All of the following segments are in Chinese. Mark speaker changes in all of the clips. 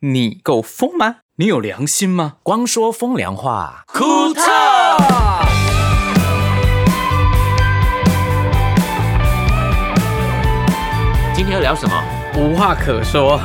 Speaker 1: 你够疯吗？你有良心吗？
Speaker 2: 光说风凉话，
Speaker 1: 库特。
Speaker 2: 今天要聊什么？
Speaker 3: 无话可说。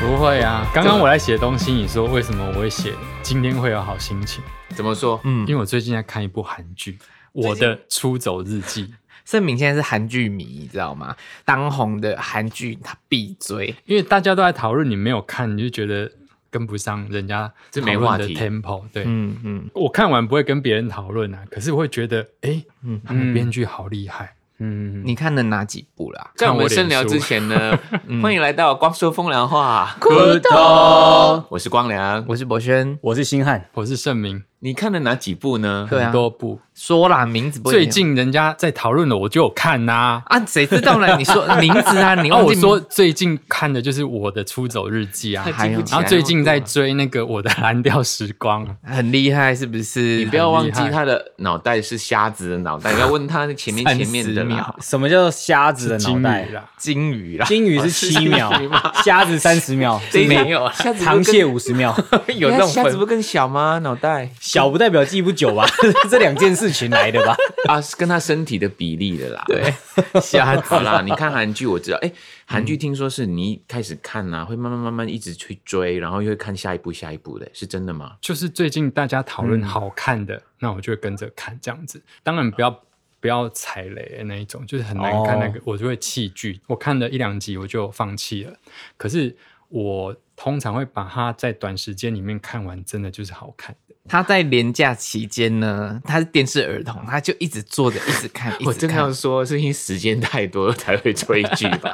Speaker 4: 不会啊，刚刚我在写东西，你说为什么我会写今天会有好心情？
Speaker 2: 怎么说？
Speaker 3: 嗯
Speaker 4: 因为我最近在看一部韩剧《我的出走日记》，
Speaker 3: 盛明现在是韩剧迷，你知道吗？当红的韩剧他必追。
Speaker 4: 因为大家都在讨论，你没有看，你就觉得跟不上人家
Speaker 2: 这没
Speaker 4: 讨论
Speaker 2: 话
Speaker 4: 的
Speaker 2: 题
Speaker 4: tempo。对，
Speaker 3: 嗯嗯，
Speaker 4: 我看完不会跟别人讨论啊，可是我会觉得，哎、
Speaker 3: 嗯
Speaker 4: 他们编剧好厉害。嗯，
Speaker 3: 你看了哪几部啦？
Speaker 2: 在我们
Speaker 4: 看我脸
Speaker 2: 深聊之 前呢，
Speaker 3: 嗯
Speaker 2: 欢迎来到光说风凉话。
Speaker 3: 库特，
Speaker 2: 我是光良，
Speaker 3: 我是博轩。
Speaker 1: 我是星汉，
Speaker 4: 我是盛明，
Speaker 2: 你看了哪几部呢？
Speaker 3: 对啊
Speaker 4: 很，多部，
Speaker 3: 说啦，名字不会
Speaker 4: 最近人家在讨论的，我就有看呐、
Speaker 3: 啊，谁知道呢？你说名字啊，你
Speaker 4: 然
Speaker 3: 忘
Speaker 4: 后我
Speaker 3: 记
Speaker 4: 说最近看的就是我的《出走日记》啊，
Speaker 2: 太记不起
Speaker 4: 然
Speaker 2: 来
Speaker 4: 后
Speaker 2: 了
Speaker 4: 最近在
Speaker 2: 啊
Speaker 4: 追那个《我的蓝调时光》 啊，
Speaker 3: 很厉害是不
Speaker 2: 你
Speaker 3: 是
Speaker 2: 不？要忘记
Speaker 4: 很厉害
Speaker 2: 他的脑袋是瞎子的脑袋，要问他前面前面的
Speaker 3: 30
Speaker 2: 啦
Speaker 1: 啊
Speaker 3: 秒。
Speaker 1: 什么叫瞎子的
Speaker 4: 金
Speaker 1: 脑袋
Speaker 4: 鱼？
Speaker 2: 啊
Speaker 4: 啦，
Speaker 3: 金鱼啦，
Speaker 1: 金鱼是
Speaker 2: 哦
Speaker 1: 七秒，瞎子三十秒，
Speaker 2: 这一
Speaker 1: 没
Speaker 3: 有啊
Speaker 2: 瞎子不
Speaker 1: 螃
Speaker 2: 是
Speaker 1: 蟹
Speaker 2: 更
Speaker 1: 五十秒，
Speaker 3: 哎有这种
Speaker 2: 哎瞎子
Speaker 3: 分
Speaker 2: 不更小吗？脑袋
Speaker 1: 小不代表记不久吧？ 这两件事情来 的吧？
Speaker 2: 啊，是跟他身体的比例的啦。 对，
Speaker 3: 瞎子。
Speaker 2: 好啦，你看韩剧我知道，哎，韩剧听说是你一开始看啊，会慢慢慢慢一直去追，然后又会看下一部下一部的，是真的吗？
Speaker 4: 就是最近大家讨
Speaker 2: 嗯
Speaker 4: 论好看的，那我就会跟着看这样子。当然不要不要踩雷的那一种，就是很难看那个，
Speaker 2: 哦
Speaker 4: 我就会弃剧。我看了一两集我就放弃了。可是我通常会把它在短时间里面看完，真的就是好看的。
Speaker 3: 他在廉假期间呢，他是电视儿童，他就一直坐着，一直看，一
Speaker 2: 我
Speaker 3: 直
Speaker 2: 真的
Speaker 3: 看
Speaker 2: 要。说，是因为时间太多了才会追剧吧？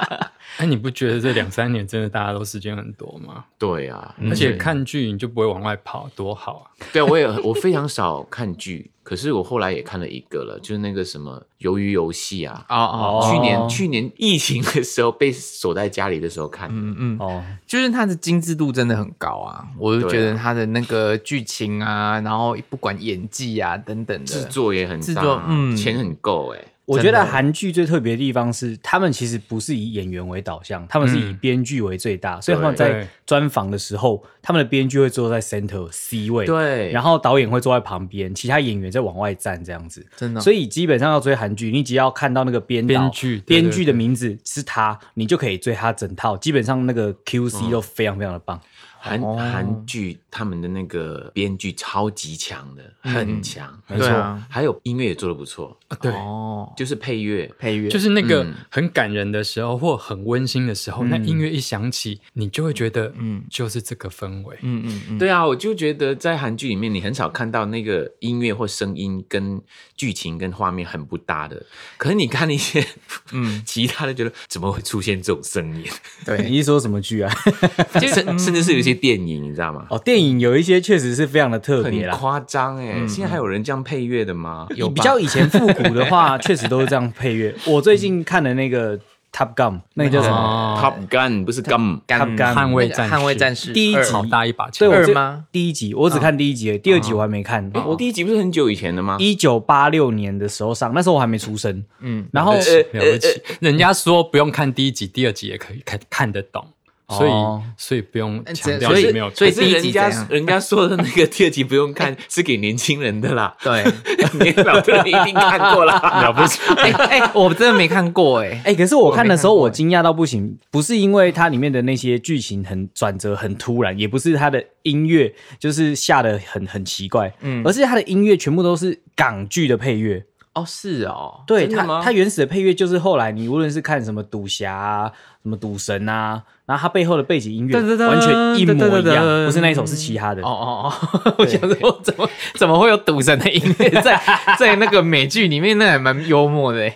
Speaker 4: 哎，你不觉得这两三年真的大家都时间很多吗？
Speaker 2: 对啊，
Speaker 4: 而且看剧你就不会往外跑，多好啊！
Speaker 2: 对我也我非常少看剧，可是我后来也看了一个了，就是那个什么《鱿鱼游戏》啊。
Speaker 3: 哦哦，
Speaker 1: 哦
Speaker 2: 去年去年疫情的时候被锁在家里的时候看，
Speaker 3: 嗯嗯，
Speaker 1: 哦，
Speaker 3: 就是它的精致度真的很高啊！我就
Speaker 2: 对啊
Speaker 3: 觉得它的那个剧情啊，然后不管演技啊等等
Speaker 2: 制
Speaker 3: 的，
Speaker 2: 作也很
Speaker 3: 制
Speaker 2: 大
Speaker 3: 作
Speaker 2: 啊，
Speaker 3: 嗯
Speaker 2: 钱很够哎、
Speaker 1: 我觉得
Speaker 3: 真的
Speaker 1: 韩剧最特别的地方是，他们其实不是以演员为导向，他们是以
Speaker 4: 嗯
Speaker 1: 编剧为最大，所以他们
Speaker 4: 对
Speaker 1: 在专访的时候，他们的编剧会坐在 center C 位，
Speaker 2: 对
Speaker 1: 然后导演会坐在旁边，其他演员在往外站这样子。
Speaker 3: 真的
Speaker 1: 所以基本上要追韩剧，你只要看到那个编导
Speaker 4: 编剧对
Speaker 1: 编剧的
Speaker 4: 对对
Speaker 1: 名字是他，你就可以追他整套。基本上那
Speaker 4: 哦
Speaker 1: 个 QC 都非常非常的棒。
Speaker 2: 韩韩剧他们的那个编剧超级强的，很强，
Speaker 1: 没错
Speaker 3: 对啊
Speaker 2: 还有音乐也做的不错，
Speaker 4: 啊对，
Speaker 3: 哦，
Speaker 2: 就是配乐，
Speaker 3: 配乐
Speaker 4: 就是那个
Speaker 2: 嗯
Speaker 4: 很感人的时候，或很温馨的时候，那音乐一响起，你就会觉得，嗯
Speaker 3: 嗯，
Speaker 4: 就是这个氛围。
Speaker 3: 嗯嗯嗯，
Speaker 2: 对啊，我就觉得在韩剧里面，你很少看到那个音乐或声音跟剧情跟画面很不搭的。可是你看一些嗯 其他的，觉得怎么会出现这种声音？
Speaker 3: 对，
Speaker 1: 你是说什么剧啊？
Speaker 2: 甚甚至是有一些电影，你知道吗？
Speaker 1: 哦，电影有一些确实是非常的特别
Speaker 2: 很
Speaker 1: 啦。嗯
Speaker 2: 夸张哎！现在还有人这样配乐的吗？有吧
Speaker 1: 比较以前复古的 话，确实都是这样配乐。我最近看的那个《Top Gun》，那个叫什么？
Speaker 4: 哦
Speaker 2: Top Gun 不是 Gun，
Speaker 1: Top
Speaker 3: 干
Speaker 1: Gun
Speaker 4: 捍
Speaker 3: 那
Speaker 4: 卫
Speaker 3: 个
Speaker 4: 战士
Speaker 3: 捍卫战士
Speaker 1: 第一
Speaker 3: 二
Speaker 1: 集
Speaker 4: 好大一把
Speaker 1: 对，
Speaker 4: 枪，
Speaker 1: 我
Speaker 3: 二
Speaker 1: 这
Speaker 3: 吗哦
Speaker 1: 第一集我只看第一集而已，第二集我还没看。
Speaker 2: 我第一集不是很久以前的吗？
Speaker 1: 一九八六年的时候上，那时候我还没出生。嗯，然后
Speaker 3: 呃
Speaker 4: 了不起。人家说不用看第一集、第二集也可以看看得懂，所以
Speaker 1: 哦
Speaker 4: 所以不用
Speaker 3: 哎
Speaker 4: 强
Speaker 3: 这
Speaker 4: 调
Speaker 3: 所以
Speaker 4: 你没有看。
Speaker 3: 所以
Speaker 2: 可是
Speaker 3: 第一
Speaker 2: 人
Speaker 3: 集
Speaker 2: 家
Speaker 3: 怎样。
Speaker 2: 人家说的那个第二集不用看，是给年轻人的啦
Speaker 3: 对，
Speaker 2: 年老的人一定看过啦。
Speaker 4: 了不起，
Speaker 3: 哎哎，我真的没看过哎，
Speaker 1: 哎、可是我看的时候，
Speaker 3: 我没看过
Speaker 1: 我惊讶到不行，不是因为它里面的那些剧情很转折很突然，也不是它的音乐就是下的很很奇怪，嗯，而是它的音乐全部都是港剧的配乐。
Speaker 3: 哦是哦，
Speaker 1: 对
Speaker 2: 真的
Speaker 1: 它
Speaker 2: 吗
Speaker 1: 它原始的配乐就是后来你无论是看什么赌侠啊、什么赌神啊，然后它背后的背景音乐
Speaker 3: 噔噔噔
Speaker 1: 完全一模一
Speaker 3: 噔噔
Speaker 1: 样，
Speaker 3: 噔
Speaker 1: 不是那一首是其他的。
Speaker 3: 哦哦 哦，我想说怎么怎么会有赌神的音乐在在那个美剧里面，那还蛮幽默的哎，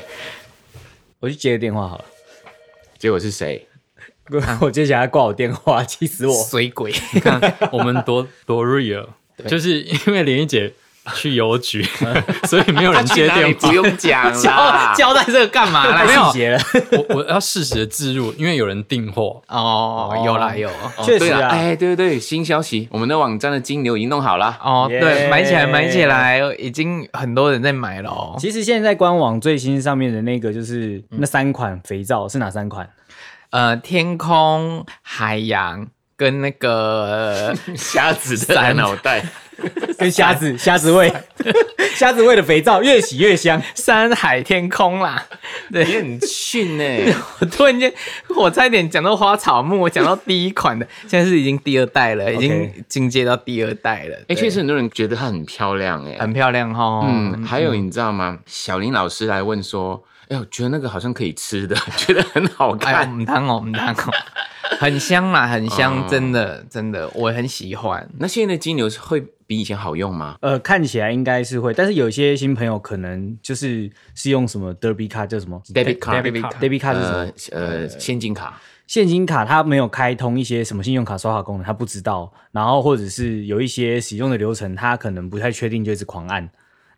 Speaker 1: 我去接个电话 好了，啊
Speaker 2: 结果是谁？
Speaker 1: 我接起来挂我电话，气死我！
Speaker 3: 水鬼，
Speaker 4: 你看我们多多 real，就是因为莲姨姐去邮局，所以没有人接电
Speaker 3: 啊
Speaker 4: 话
Speaker 2: 不。用讲啦
Speaker 3: 交。交代这个干 嘛啦？
Speaker 1: 太
Speaker 3: 没有
Speaker 1: 细节了，
Speaker 4: 我我要适时的置入，因为有人订货，
Speaker 3: 哦，有啦有。
Speaker 1: 确
Speaker 2: 对
Speaker 1: 实
Speaker 2: 了，
Speaker 1: 啊，
Speaker 2: 哎，对对对，新消息，我们的网站的金牛已经弄 好了。
Speaker 3: 哦，
Speaker 1: 耶
Speaker 3: 对，买起来，买起来，已经很多人在买了哦。
Speaker 1: 其实现在官网最新上面的那个就是
Speaker 3: 嗯
Speaker 1: 那三款肥皂是哪三款？
Speaker 3: 呃，天空、海洋跟那个
Speaker 2: 瞎子的
Speaker 3: 散
Speaker 2: 脑袋，
Speaker 1: 跟虾子虾子味 虾子味的肥皂越洗越香。
Speaker 3: 山海天空啦。对，
Speaker 2: 你很 逊欸呢、
Speaker 3: 我突然间，我差一点讲到花草木，我讲到第一款的，现在是已经第二代了，已经进阶到第二代了。
Speaker 2: 哎、
Speaker 3: 对
Speaker 2: 确实很多人觉得她很漂亮哎、
Speaker 3: 很漂亮哦哈。
Speaker 2: 嗯，还有你知道吗？小林老师来问说，哎、我觉得那个好像可以吃的， 觉得很好
Speaker 3: 哎呦，
Speaker 2: 看。
Speaker 3: 唔当哦，唔当哦，很香啦，很香，
Speaker 2: 哦
Speaker 3: 真的真的，我很喜欢。
Speaker 2: 那现在的精油是会比以前好用吗？
Speaker 1: 呃，看起来应该是会，但是有一些新朋友可能就是是用什么 Derby 卡，叫什么
Speaker 2: debit card，
Speaker 4: Debit card
Speaker 1: Derby 卡是什么？
Speaker 2: 呃呃，现金卡，
Speaker 1: 现金卡它没有开通一些什么信用卡刷卡功能，它不知道。然后或者是有一些使用的流程，它可能不太确定，就一直狂按。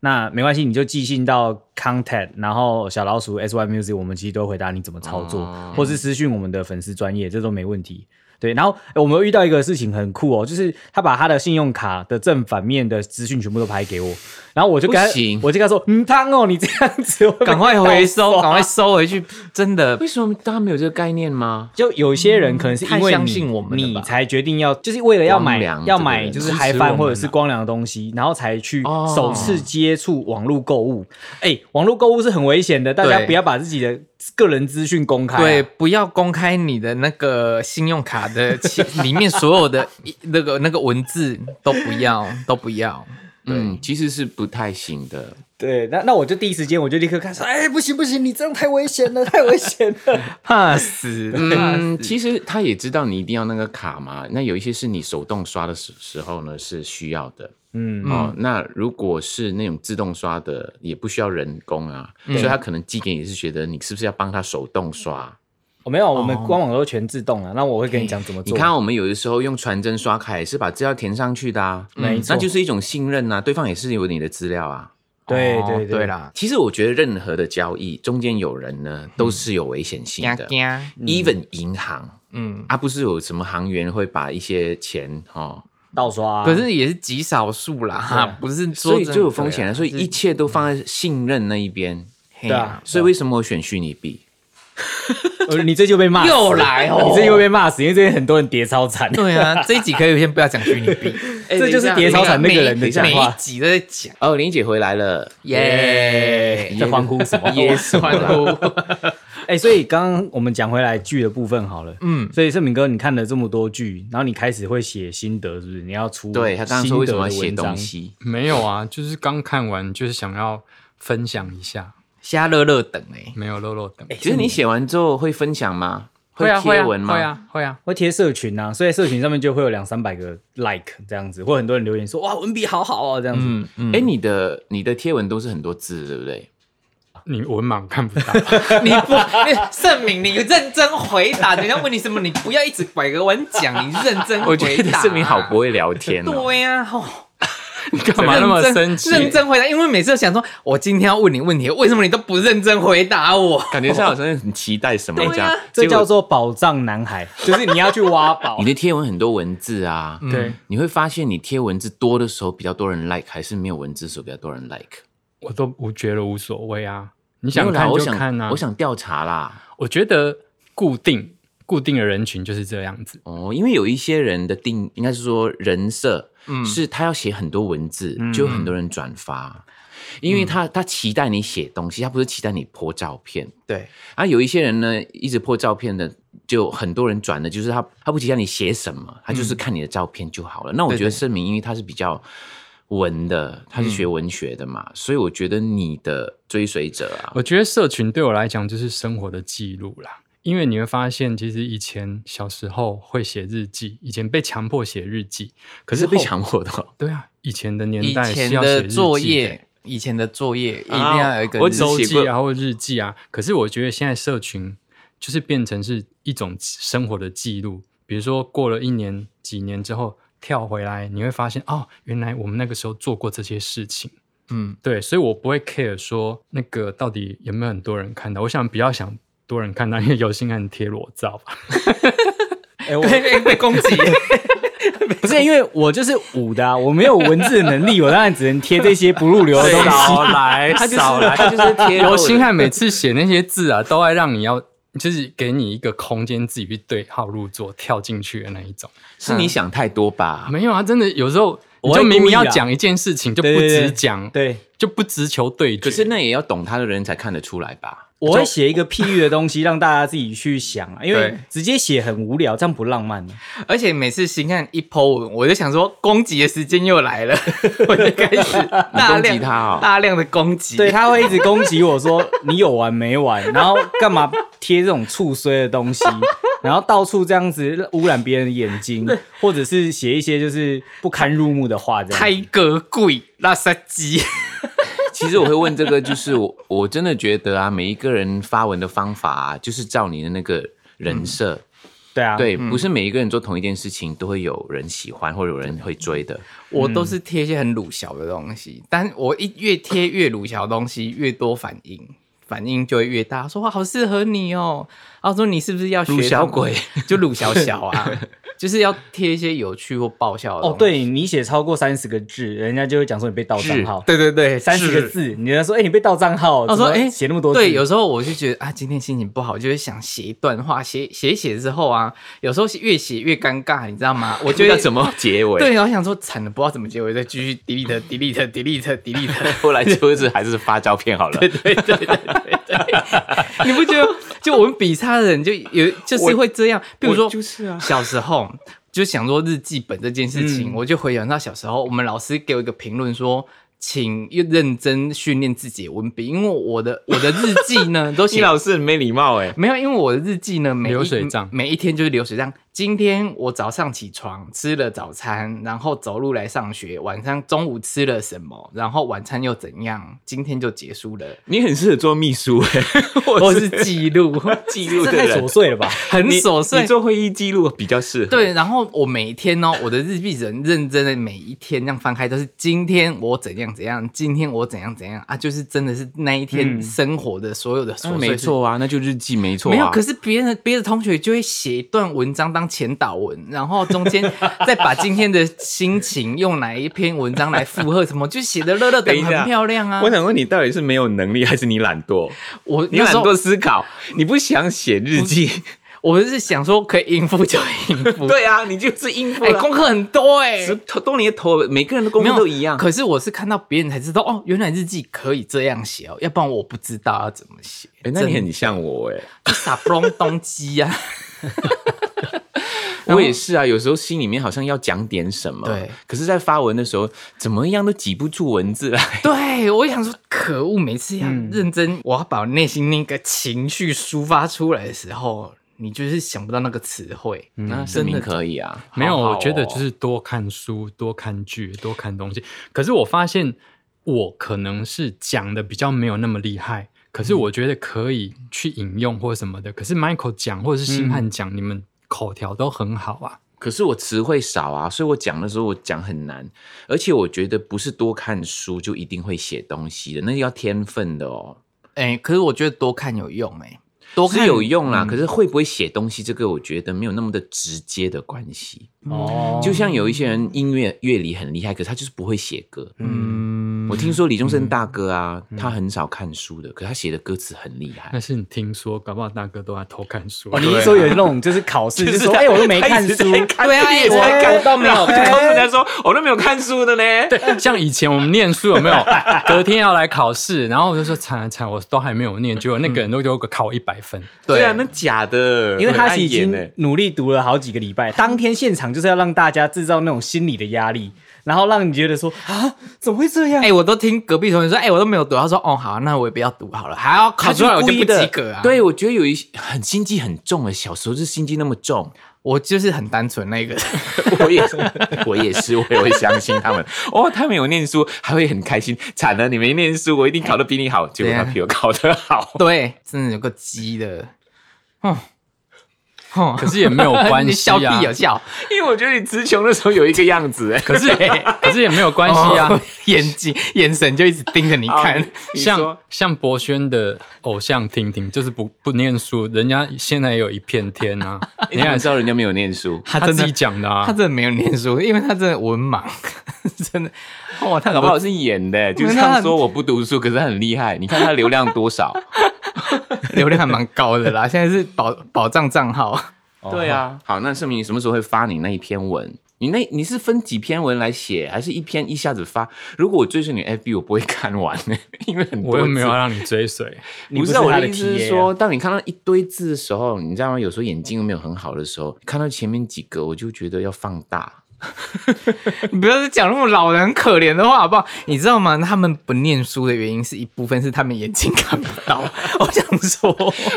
Speaker 1: 那没关系，你就寄信到 contact，然后小老鼠 s y music，我们其实都会回答你怎么操作，
Speaker 3: 哦
Speaker 1: 或是私讯我们的粉丝专业，这都没问题。对，然后呃我们有遇到一个事情很酷哦，就是他把他的信用卡的正反面的资讯全部都拍给我，然后我就跟他
Speaker 2: 不行，
Speaker 1: 我就跟他说，嗯，汤哦，你这样子会被
Speaker 3: 赶快回
Speaker 1: 盗
Speaker 3: 收，
Speaker 1: 刷
Speaker 3: 赶快收回去，真的
Speaker 2: 为什么大家没有这个概念吗？
Speaker 1: 就有些人可能是因为
Speaker 3: 嗯太
Speaker 1: 你，
Speaker 3: 相信我们了吧
Speaker 1: 你才决定要，就是为了要买
Speaker 2: 光良
Speaker 1: 要买
Speaker 2: 这个
Speaker 1: 就
Speaker 2: 人
Speaker 1: 是嗨
Speaker 4: 我
Speaker 1: 翻
Speaker 4: 们
Speaker 1: 或者是
Speaker 4: 啊
Speaker 1: 光良的东西，然后才去
Speaker 2: 哦
Speaker 1: 首次接触网络购物。哎、网络购物是很危险的，大家
Speaker 3: 对
Speaker 1: 不要把自己的个人资讯公开、啊
Speaker 3: 对，，不要公开你的那个信用卡的其 里面所有的一那个那个文字都不 要，都不要。
Speaker 2: 嗯，其实是不太行的。
Speaker 1: 对，那那我就第一时间我就立刻看说，哎、不行不行，你这样太危险 了，太危险了。
Speaker 3: 怕死！哦
Speaker 2: 嗯，其实他也知道你一定要那个卡嘛。那有一些是你手动刷的时时候呢是需要的。
Speaker 1: 嗯，
Speaker 2: 哦，那如果是那种自动刷的，也不需要人工啊，所以他可能寄给你是觉得你是不是要帮他手动刷？
Speaker 1: 我没有，我们官网都全自动了，啊那我会跟你讲怎么
Speaker 2: 你
Speaker 1: 做。
Speaker 2: 看
Speaker 3: 哦
Speaker 2: 我们有的时候用传真刷卡也是把资料填上去的啊，
Speaker 1: 没错
Speaker 2: 那就是一种信任啊，对方也是有你的资料啊。
Speaker 1: 对
Speaker 3: 哦
Speaker 1: 对
Speaker 3: 对，啦，
Speaker 2: 其实我觉得任何的交易中间有人呢，都是有危险性
Speaker 3: 惊
Speaker 2: 的、
Speaker 3: 惊，
Speaker 2: e v e n 银行。
Speaker 3: 嗯，
Speaker 2: 啊，不是有什么行员会把一些钱哦，
Speaker 1: 盗刷、
Speaker 3: 可是也是极少数啦，
Speaker 1: 啊对啊
Speaker 3: 哈不是说
Speaker 2: 所以
Speaker 3: 真
Speaker 2: 就有风险了，
Speaker 3: 对啊
Speaker 2: 所以一切都放在信任那一边。
Speaker 3: 嘿
Speaker 1: 对啊，
Speaker 2: 所以为什么我选虚拟币？
Speaker 1: 呃你这就被骂死，
Speaker 3: 又来哦
Speaker 1: 你这又被骂死，因为这边很多人叠超惨。
Speaker 3: 对啊，这一集可以先不要讲虚拟币，
Speaker 2: 哎
Speaker 1: 这就是
Speaker 2: 等一下
Speaker 1: 叠超惨那个人的
Speaker 3: 每
Speaker 1: 讲
Speaker 3: 每一
Speaker 1: 话，
Speaker 3: 集都在讲，
Speaker 2: 哦，林姐回来了，
Speaker 3: 耶
Speaker 1: 在欢呼什么？
Speaker 2: 耶什 么
Speaker 3: 啊
Speaker 2: 啦
Speaker 1: 哎、所以刚刚我们讲回来剧的部分好了，
Speaker 3: 嗯，
Speaker 1: 所以盛敏哥，你看了这么多剧，然后你开始会写心得，是不是？你要出
Speaker 2: 对他刚刚说为什么要写
Speaker 1: 心得的文
Speaker 2: 东
Speaker 1: 章？
Speaker 2: 西？
Speaker 4: 没有啊，就是刚看完，就是想要分享一下，
Speaker 3: 瞎乐乐等哎，
Speaker 4: 没有漏漏等。
Speaker 2: 欸其实你写完之后会分享吗？
Speaker 4: 啊，会
Speaker 2: 贴
Speaker 4: 啊，
Speaker 2: 文吗？
Speaker 4: 会啊，会啊。
Speaker 1: 会贴社群啊，所以社群上面就会有两三百个 like 这样子，或很多人留言说哇文笔好好哦这样子。
Speaker 3: 嗯嗯，
Speaker 2: 哎，你的你的贴文都是很多字，对不对？
Speaker 4: 你文盲看不到，
Speaker 3: 你不，你盛明，你认真回答，人家问你什么，你不要一直拐个弯讲，你认真回答。
Speaker 2: 我觉得盛明好不会聊天哦。
Speaker 3: 对呀、哦，
Speaker 4: 你干嘛那么
Speaker 3: 认真
Speaker 4: 生气？
Speaker 3: 认真回答，因为每次都想说，我今天要问你问题，为什么你都不认真回答我？
Speaker 2: 感觉上好像很期待什么
Speaker 3: 对啊
Speaker 2: 这样，
Speaker 1: 这
Speaker 2: 结果
Speaker 1: 叫做宝藏男孩，就是你要去挖宝
Speaker 2: 你。的贴文很多文字啊，
Speaker 4: 嗯对
Speaker 2: 你会发现你贴文字多的时候比较多人 like，还是没有文字的时候比较多人 like？
Speaker 4: 我都我觉得无所谓啊，你
Speaker 2: 没
Speaker 4: 想
Speaker 2: 有啦
Speaker 4: 看
Speaker 2: 我
Speaker 4: 就
Speaker 2: 想
Speaker 4: 看啊。
Speaker 2: 我想调查啦。
Speaker 4: 我觉得固定固定的人群就是这样子，
Speaker 2: 哦，因为有一些人的定，应该是说人设，
Speaker 4: 嗯
Speaker 2: 是他要写很多文字，就有很多人转发，因
Speaker 4: 嗯
Speaker 2: 为他他期待你写东西，他不是期待你泼照片。
Speaker 3: 对，
Speaker 2: 啊，有一些人呢，一直破照片的，就很多人转的，就是他他不期待你写什么，他
Speaker 4: 嗯
Speaker 2: 就是看你的照片就好了。那我
Speaker 3: 对
Speaker 2: 觉得
Speaker 3: 对
Speaker 2: 盛明，因为他是比较文的，
Speaker 4: 嗯
Speaker 2: 他是学文学的嘛，所以我觉得你的追随者啊，
Speaker 4: 我觉得社群对我来讲就是生活的记录啦。因为你会发现，其实以前小时候会写日记，以前被强迫写日记，可
Speaker 2: 可
Speaker 4: 是
Speaker 2: 是
Speaker 4: 后
Speaker 2: 被强迫的 哦。
Speaker 4: 对啊，以前的年
Speaker 3: 以
Speaker 4: 代
Speaker 3: 前
Speaker 4: 是要写
Speaker 3: 的
Speaker 4: 日记
Speaker 3: 作业，以前的作业一定要有一个
Speaker 2: 啊我
Speaker 3: 日
Speaker 2: 只
Speaker 4: 周
Speaker 2: 写过
Speaker 4: 记啊或日记啊。可是我觉得现在社群就是变成是一种生活的记录，比如说过了一年、几年之后跳回来，你会发现哦，原来我们那个时候做过这些事情。
Speaker 3: 嗯，
Speaker 4: 对，所以我不会 care 说那个到底有没有很多人看到。我想比较想多人看到，因为有心人贴裸照吧。
Speaker 1: 哎，我
Speaker 3: 被被被攻击，
Speaker 1: 不是因为我就是武的啊，我没有文字的能力，我当然只能贴这些不入流的东西。
Speaker 4: 来，
Speaker 2: 他就是他就是贴
Speaker 4: 刘
Speaker 3: 哎
Speaker 2: 心
Speaker 4: 星汉每次写那些字啊，都爱让你要就是给你一个空间自己去对号入座、跳进去的那一种。
Speaker 2: 是你想太多吧？
Speaker 4: 嗯没有啊，真的有时候你
Speaker 1: 我会
Speaker 4: 就明
Speaker 1: 故
Speaker 4: 明
Speaker 1: 意
Speaker 4: 要
Speaker 1: 啦
Speaker 4: 讲一件事情，就不
Speaker 1: 对对对
Speaker 4: 只讲，
Speaker 1: 对，
Speaker 4: 就不直求对决。
Speaker 2: 可是那也要懂他的人才看得出来吧？
Speaker 1: 我会写一个譬喻的东西让大家自己去想啊，因为
Speaker 3: 对
Speaker 1: 直接写很无聊，这样不浪漫。啊
Speaker 3: 而且每次新看一 po 文，我就想说攻击的时间又来了， 我就开始 大
Speaker 2: 你攻
Speaker 3: 量
Speaker 2: 击他哦
Speaker 3: 大量的攻击。
Speaker 1: 对，他会一直攻击我说你有完没完，然后干嘛贴这种醋衰的东西，然后到处这样子污染别人的眼睛，或者是写一些就是不堪入目的话，这样
Speaker 3: 泰格贵拉萨鸡，
Speaker 2: 嗯其实我会问这个，就是我 我真的觉得啊，每一个人发文的方法、啊，就是照你的那个人设。
Speaker 4: 嗯
Speaker 1: 对啊，
Speaker 2: 对，不是每一个人做同一件事情都会有人喜欢，或者有人会追的。
Speaker 3: 我都是贴一些很鲁小的东西，但我一越贴越鲁小的东西，越多反应，反应就会越大，说哇好适合你哦，然后说你是不是要学
Speaker 2: 鲁小
Speaker 3: 他们
Speaker 2: 鬼，
Speaker 3: 就鲁小小啊， 就是要贴一些有趣或爆笑的
Speaker 1: 哦，
Speaker 3: 东西。
Speaker 1: 对你写超过三十个字，人家就会讲说你被盗账号。
Speaker 3: 对对对，
Speaker 1: 三十个
Speaker 3: 是
Speaker 1: 字，你人家说，哎、你被盗账号，
Speaker 3: 他说：“
Speaker 1: 哎、
Speaker 3: 哎，
Speaker 1: 写那么多字，
Speaker 3: 对，有时候我就觉得啊，今天心情不好，就会想写一段话，写写一写之后啊，有时候是越写越尴尬，你知 道 吗？我
Speaker 2: 就
Speaker 3: 觉
Speaker 2: 要
Speaker 3: 得
Speaker 2: 怎
Speaker 3: 么
Speaker 2: 么结尾？
Speaker 3: 对，然后想说惨了，不知道怎么结尾，再继续 delete delete delete delete。
Speaker 2: 后来就是还是发照片好了。
Speaker 3: 对对对对对， 你不觉得？就我们比差的人就有就是会这样，比如说
Speaker 2: 就是啊，
Speaker 3: 小时候就想说日记本这件事
Speaker 1: 嗯
Speaker 3: 情，我就回想到小时候，我们老师给我一个评论说。请认真训练自己的文笔，因为我的我的日记呢 都
Speaker 2: 你
Speaker 3: 写
Speaker 2: 老师很没礼貌哎、
Speaker 3: 没有，欸因为我的日记呢，每一
Speaker 4: 流水账
Speaker 3: 每一天就是流水账。今天我早上起床吃了早餐，然后走路来上学，晚上中午吃了什么，然后晚餐又怎样，今天就结束了。
Speaker 2: 你很适合做秘书哎、
Speaker 3: 或是记录，
Speaker 2: 记录
Speaker 1: 这
Speaker 2: 的
Speaker 1: 太
Speaker 2: 人
Speaker 1: 琐碎了吧？
Speaker 3: 很
Speaker 2: 你
Speaker 3: 琐碎
Speaker 2: 你。做会议记录比较适合。，
Speaker 3: 对，然后我每一天呢、哦我的日记本认真的每一天这样翻开，都是今天我怎样怎样，今天我怎样怎样啊，就是真的是那一天生活的所有的琐碎、
Speaker 2: 没错啊，那就日记没错、啊。
Speaker 3: 没有，可是别人别的同学就会写一段文章当前导文，然后中间再把今天的心情用哪一篇文章来附和什么，就写的乐乐等
Speaker 2: 等一下
Speaker 3: 很漂亮啊。
Speaker 2: 我想问你，到底是没有能力，还是你懒惰？
Speaker 3: 我
Speaker 2: 你
Speaker 3: 那
Speaker 2: 懒
Speaker 3: 时候
Speaker 2: 惰思考，你不想写日记？
Speaker 3: 我是想说可以应付就应 付，
Speaker 2: 对啊，你就是应付
Speaker 3: 哎、
Speaker 2: 了。
Speaker 3: 功课很多哎、
Speaker 2: 十头动你的头，每个人的功
Speaker 3: 没
Speaker 2: 课
Speaker 3: 有
Speaker 2: 都一样。
Speaker 3: 可是我是看到别人才知道哦，原来日记可以这样写哦，要不然我不知道要怎么写。
Speaker 2: 哎、那你很像我哎、
Speaker 3: 傻不隆东鸡啊！
Speaker 2: 我也是啊。有时候心里面好像要讲点什么，
Speaker 3: 对。
Speaker 2: 可是，在发文的时候，怎么样都挤不出文字来。
Speaker 3: 对，我想说，可恶！每次要认真，我要把我内心那个情绪抒发出来的时候，你就是想不到那个词汇。
Speaker 2: 那声嗯明可以啊，
Speaker 4: 没有，
Speaker 2: 好好哦
Speaker 4: 我觉得就是多看书、多看剧、多看东西。可是我发现我可能是讲的比较没有那么厉
Speaker 1: 嗯
Speaker 4: 害，可是我觉得可以去引用或什么的。可是 Michael 讲或者是星汉
Speaker 1: 嗯
Speaker 4: 讲，你们口条都很好啊。
Speaker 2: 可是我词汇少啊，所以我讲的时候我讲很难，而且我觉得不是多看书就一定会写东西的，那要天分的哦。
Speaker 3: 哎、可是我觉得多看有用、哎，多看
Speaker 2: 是有用
Speaker 3: 嗯
Speaker 2: 啦，可是会不会写东西，这个我觉得没有那么的直接的关系。
Speaker 1: 哦，
Speaker 2: 就像有一些人音乐乐理很厉害，可是他就是不会写歌。
Speaker 3: 嗯
Speaker 2: 我听说李宗盛大哥啊，他很少看书的，可他写的歌词很厉害
Speaker 4: 但。是你听说，搞不好大哥都在偷看书。
Speaker 3: 嗯
Speaker 1: 哦，你是说有那种就是考 试，就是说，哎、我都没看书，
Speaker 3: 对啊，哎我我倒没 有看
Speaker 2: 告诉人家说，我都没有看书的呢。
Speaker 4: 对，像以前我们念书有没有？隔天要来考试，然后我就说惨了惨了，我都还没有念，结果那个人都给我考一百分。
Speaker 2: 对啊，那假的，
Speaker 1: 因为他
Speaker 2: 很
Speaker 1: 是
Speaker 2: 碍
Speaker 1: 已
Speaker 2: 眼欸呢
Speaker 1: 经努力读了好几个礼 拜，当天现场就是要让大家制造那种心理的压力，然后让你觉得说啊，怎么会这样？
Speaker 3: 哎、我都听隔壁同学说，哎、我都没有读。他说，哦，好，那我也不要读好了，还要考
Speaker 2: 他
Speaker 3: 出来我就
Speaker 2: 故
Speaker 3: 不
Speaker 2: 意的
Speaker 3: 及格啊。，
Speaker 2: 对，我觉得有一些很心机很重的，小时候就心机那么重。
Speaker 3: 我就是很单纯那个人。
Speaker 2: 我也是，我也是，我也会相信他 们。哦，他们有念书，还会很开心。惨了，你没念书，我一定考得比你好。结果他比我考得好。
Speaker 3: 对，真的有个鸡的，哼哼，
Speaker 4: 可是也没有 关
Speaker 3: 你
Speaker 4: 系
Speaker 3: 笑
Speaker 4: 啊
Speaker 3: 必有，笑，
Speaker 2: 因为我觉得你词穷的时候有一个样 子，哎，
Speaker 4: 可是可是也没有关系啊
Speaker 3: 哦。， 眼睛眼神就一直盯着你看
Speaker 2: 看。，你
Speaker 4: 像
Speaker 2: 说
Speaker 4: 像博轩的偶像婷婷，就是不不念书，人家现在也有一片天啊。
Speaker 2: 你想知道人家没有念书，
Speaker 4: 他
Speaker 3: 真的
Speaker 4: 自己讲的
Speaker 3: 他
Speaker 4: 啊，
Speaker 3: 真的没有念书，因为他真的文盲， 真的哇，他
Speaker 2: 搞不好是演的，就是
Speaker 3: 没有他
Speaker 2: 他说我不读书，可是他很厉害。你看他流量多少？
Speaker 3: 流量还蛮高的啦。现在是保保障账号，
Speaker 2: 对
Speaker 1: 哦
Speaker 2: 啊，好，那盛明，你什么时候会发你那一篇文？你那你是分几篇文来写，还是一篇一下子发？如果我追随你 FB，我不会看完、 因为很多
Speaker 4: 我又没有
Speaker 2: 字
Speaker 4: 要让你追随，
Speaker 1: 你
Speaker 2: 不
Speaker 1: 不
Speaker 2: 是
Speaker 1: 是
Speaker 2: 我
Speaker 1: 他
Speaker 2: 的
Speaker 1: 的
Speaker 2: 意思是
Speaker 1: TA 啊
Speaker 2: 说，当你看到一堆字的时候，你知道吗？有时候眼睛又没有很好的时候，看到前面几个，我就觉得要放大。
Speaker 3: 你不要再讲那么老人可怜的话好不好？你知道吗？他们不念书的原因是一部分是他们眼睛看不到。 我想说，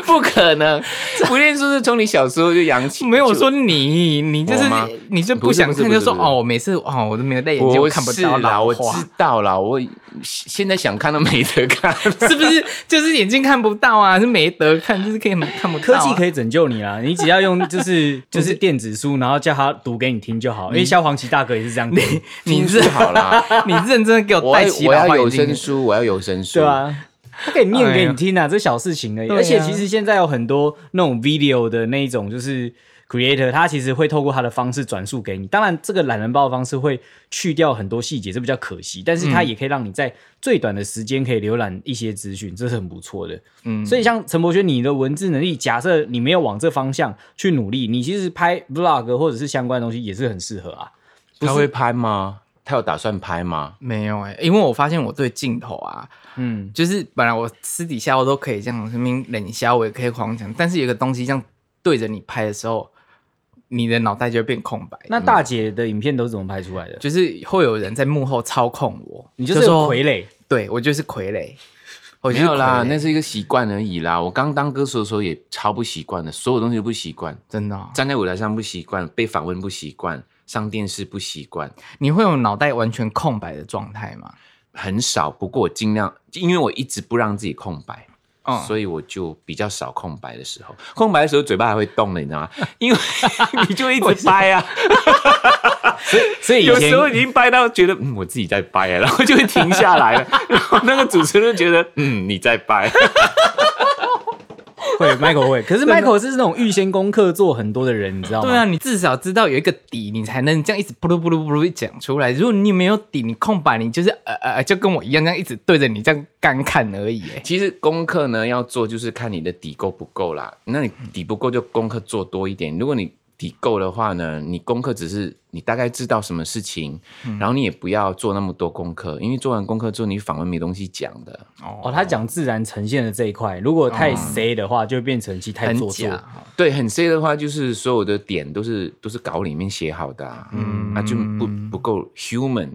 Speaker 2: 不可能，不念书是从你小时候就养起。
Speaker 3: 没有说你，你就是
Speaker 2: 我吗
Speaker 3: 你就不想看，
Speaker 2: 不是不是
Speaker 3: 就说
Speaker 2: 不是
Speaker 3: 哦，我每次哦，我都没有戴眼镜，
Speaker 2: 我
Speaker 3: 我看不到
Speaker 2: 是啦，
Speaker 3: 老
Speaker 2: 我
Speaker 3: 花
Speaker 2: 知道啦，我现在想看都没得看。
Speaker 3: 是不是 就是眼睛看不到啊？是没得看，就是可以看不到、
Speaker 1: 科
Speaker 3: 啊。
Speaker 1: 技可
Speaker 3: 以，
Speaker 1: 以拯救你啦，你只要用就是 就是电子书，然后叫他读给你听就好。因为萧煌奇大哥也是这样读，
Speaker 3: 你
Speaker 2: 听说
Speaker 3: 认
Speaker 2: 好啦，
Speaker 3: 你认真的给我
Speaker 2: 我
Speaker 3: 戴
Speaker 2: 要
Speaker 3: 起
Speaker 2: 我
Speaker 3: 老
Speaker 2: 要
Speaker 3: 花
Speaker 2: 有
Speaker 3: 眼镜
Speaker 2: 声。书，我要有声书。
Speaker 1: 对，啊，他可以念给你听啊，这小事情而已。
Speaker 3: 对啊
Speaker 1: 而且其实现在有很多那种 video 的那一种就是 creator，他其实会透过他的方式转述给你。当然，这个懒人包的方式会去掉很多细节，这比较可惜。但是它也可以让你在最短的时间可以浏览一些资讯，这是很不错的。嗯，所以像陈柏轩，你的文字能力，假设你没有往这方向去努力，你其实拍 vlog 或者是相关的东西也是很适合啊。
Speaker 2: 他会拍吗？他有打算拍吗？
Speaker 3: 没有哎、因为我发现我对镜头啊，
Speaker 1: 嗯，
Speaker 3: 就是本来我私底下我都可以这样，什么冷笑我也可以狂讲，但是有一个东西这样对着你拍的时候，你的脑袋就会变空白。
Speaker 1: 那大姐的影片都是怎么拍出来的？
Speaker 3: 就是会有人在幕后操控我，
Speaker 1: 你就是
Speaker 3: 说
Speaker 1: 有傀儡。
Speaker 3: 对我就是傀儡，我就
Speaker 2: 没
Speaker 3: 是
Speaker 2: 有啦，
Speaker 3: 傀儡
Speaker 2: 那是一个习惯而已啦。我刚当歌手的时候也超不习惯的，所有东西都不习惯。
Speaker 3: 真的哦、
Speaker 2: 站在舞台上不习惯，被访问不习惯，上电视不习惯，
Speaker 3: 你会有脑袋完全空白的状态吗？
Speaker 2: 很少。不过我尽量，因为我一直不让自己空白，
Speaker 1: 哦
Speaker 3: 嗯
Speaker 2: 所以我就比较少空白的时候。空白的时候嘴巴还会动的，你知道吗？因 为你就一直掰啊，
Speaker 1: 所以以
Speaker 2: 有
Speaker 1: 前
Speaker 2: 时候已经掰到觉得嗯我自己在掰啊，然后就会停下来了。然后那个主持人就觉得嗯你在掰，
Speaker 1: 会，Michael 会。 可是 Michael 是那种预先功课做很多的人，你知道吗？
Speaker 3: 对啊，，你至少知道有一个底，你才能这样一直噗噜噗噜噗噜讲出来。如果你没有底，你空白，你就是呃呃，呃就跟我一样这样一直对着你这样干看而已。哎
Speaker 2: 其实功课呢要做，就是看你的底够不够啦。那你底不够，就功课做多一点。如果你底够的话呢，你功课只是你大概知道什么事情，
Speaker 1: 嗯
Speaker 2: 然后你也不要做那么多功课，因为做完功课之后你访问没东西讲的。
Speaker 1: 哦，他讲自然呈现的这一块，如果太 C 的话，就会变成其实太
Speaker 3: 很
Speaker 1: 做作。
Speaker 3: 假，
Speaker 2: 对，很 C 的话就是所有的点都是都是稿里面写好的、啊，嗯，那就不不够 human、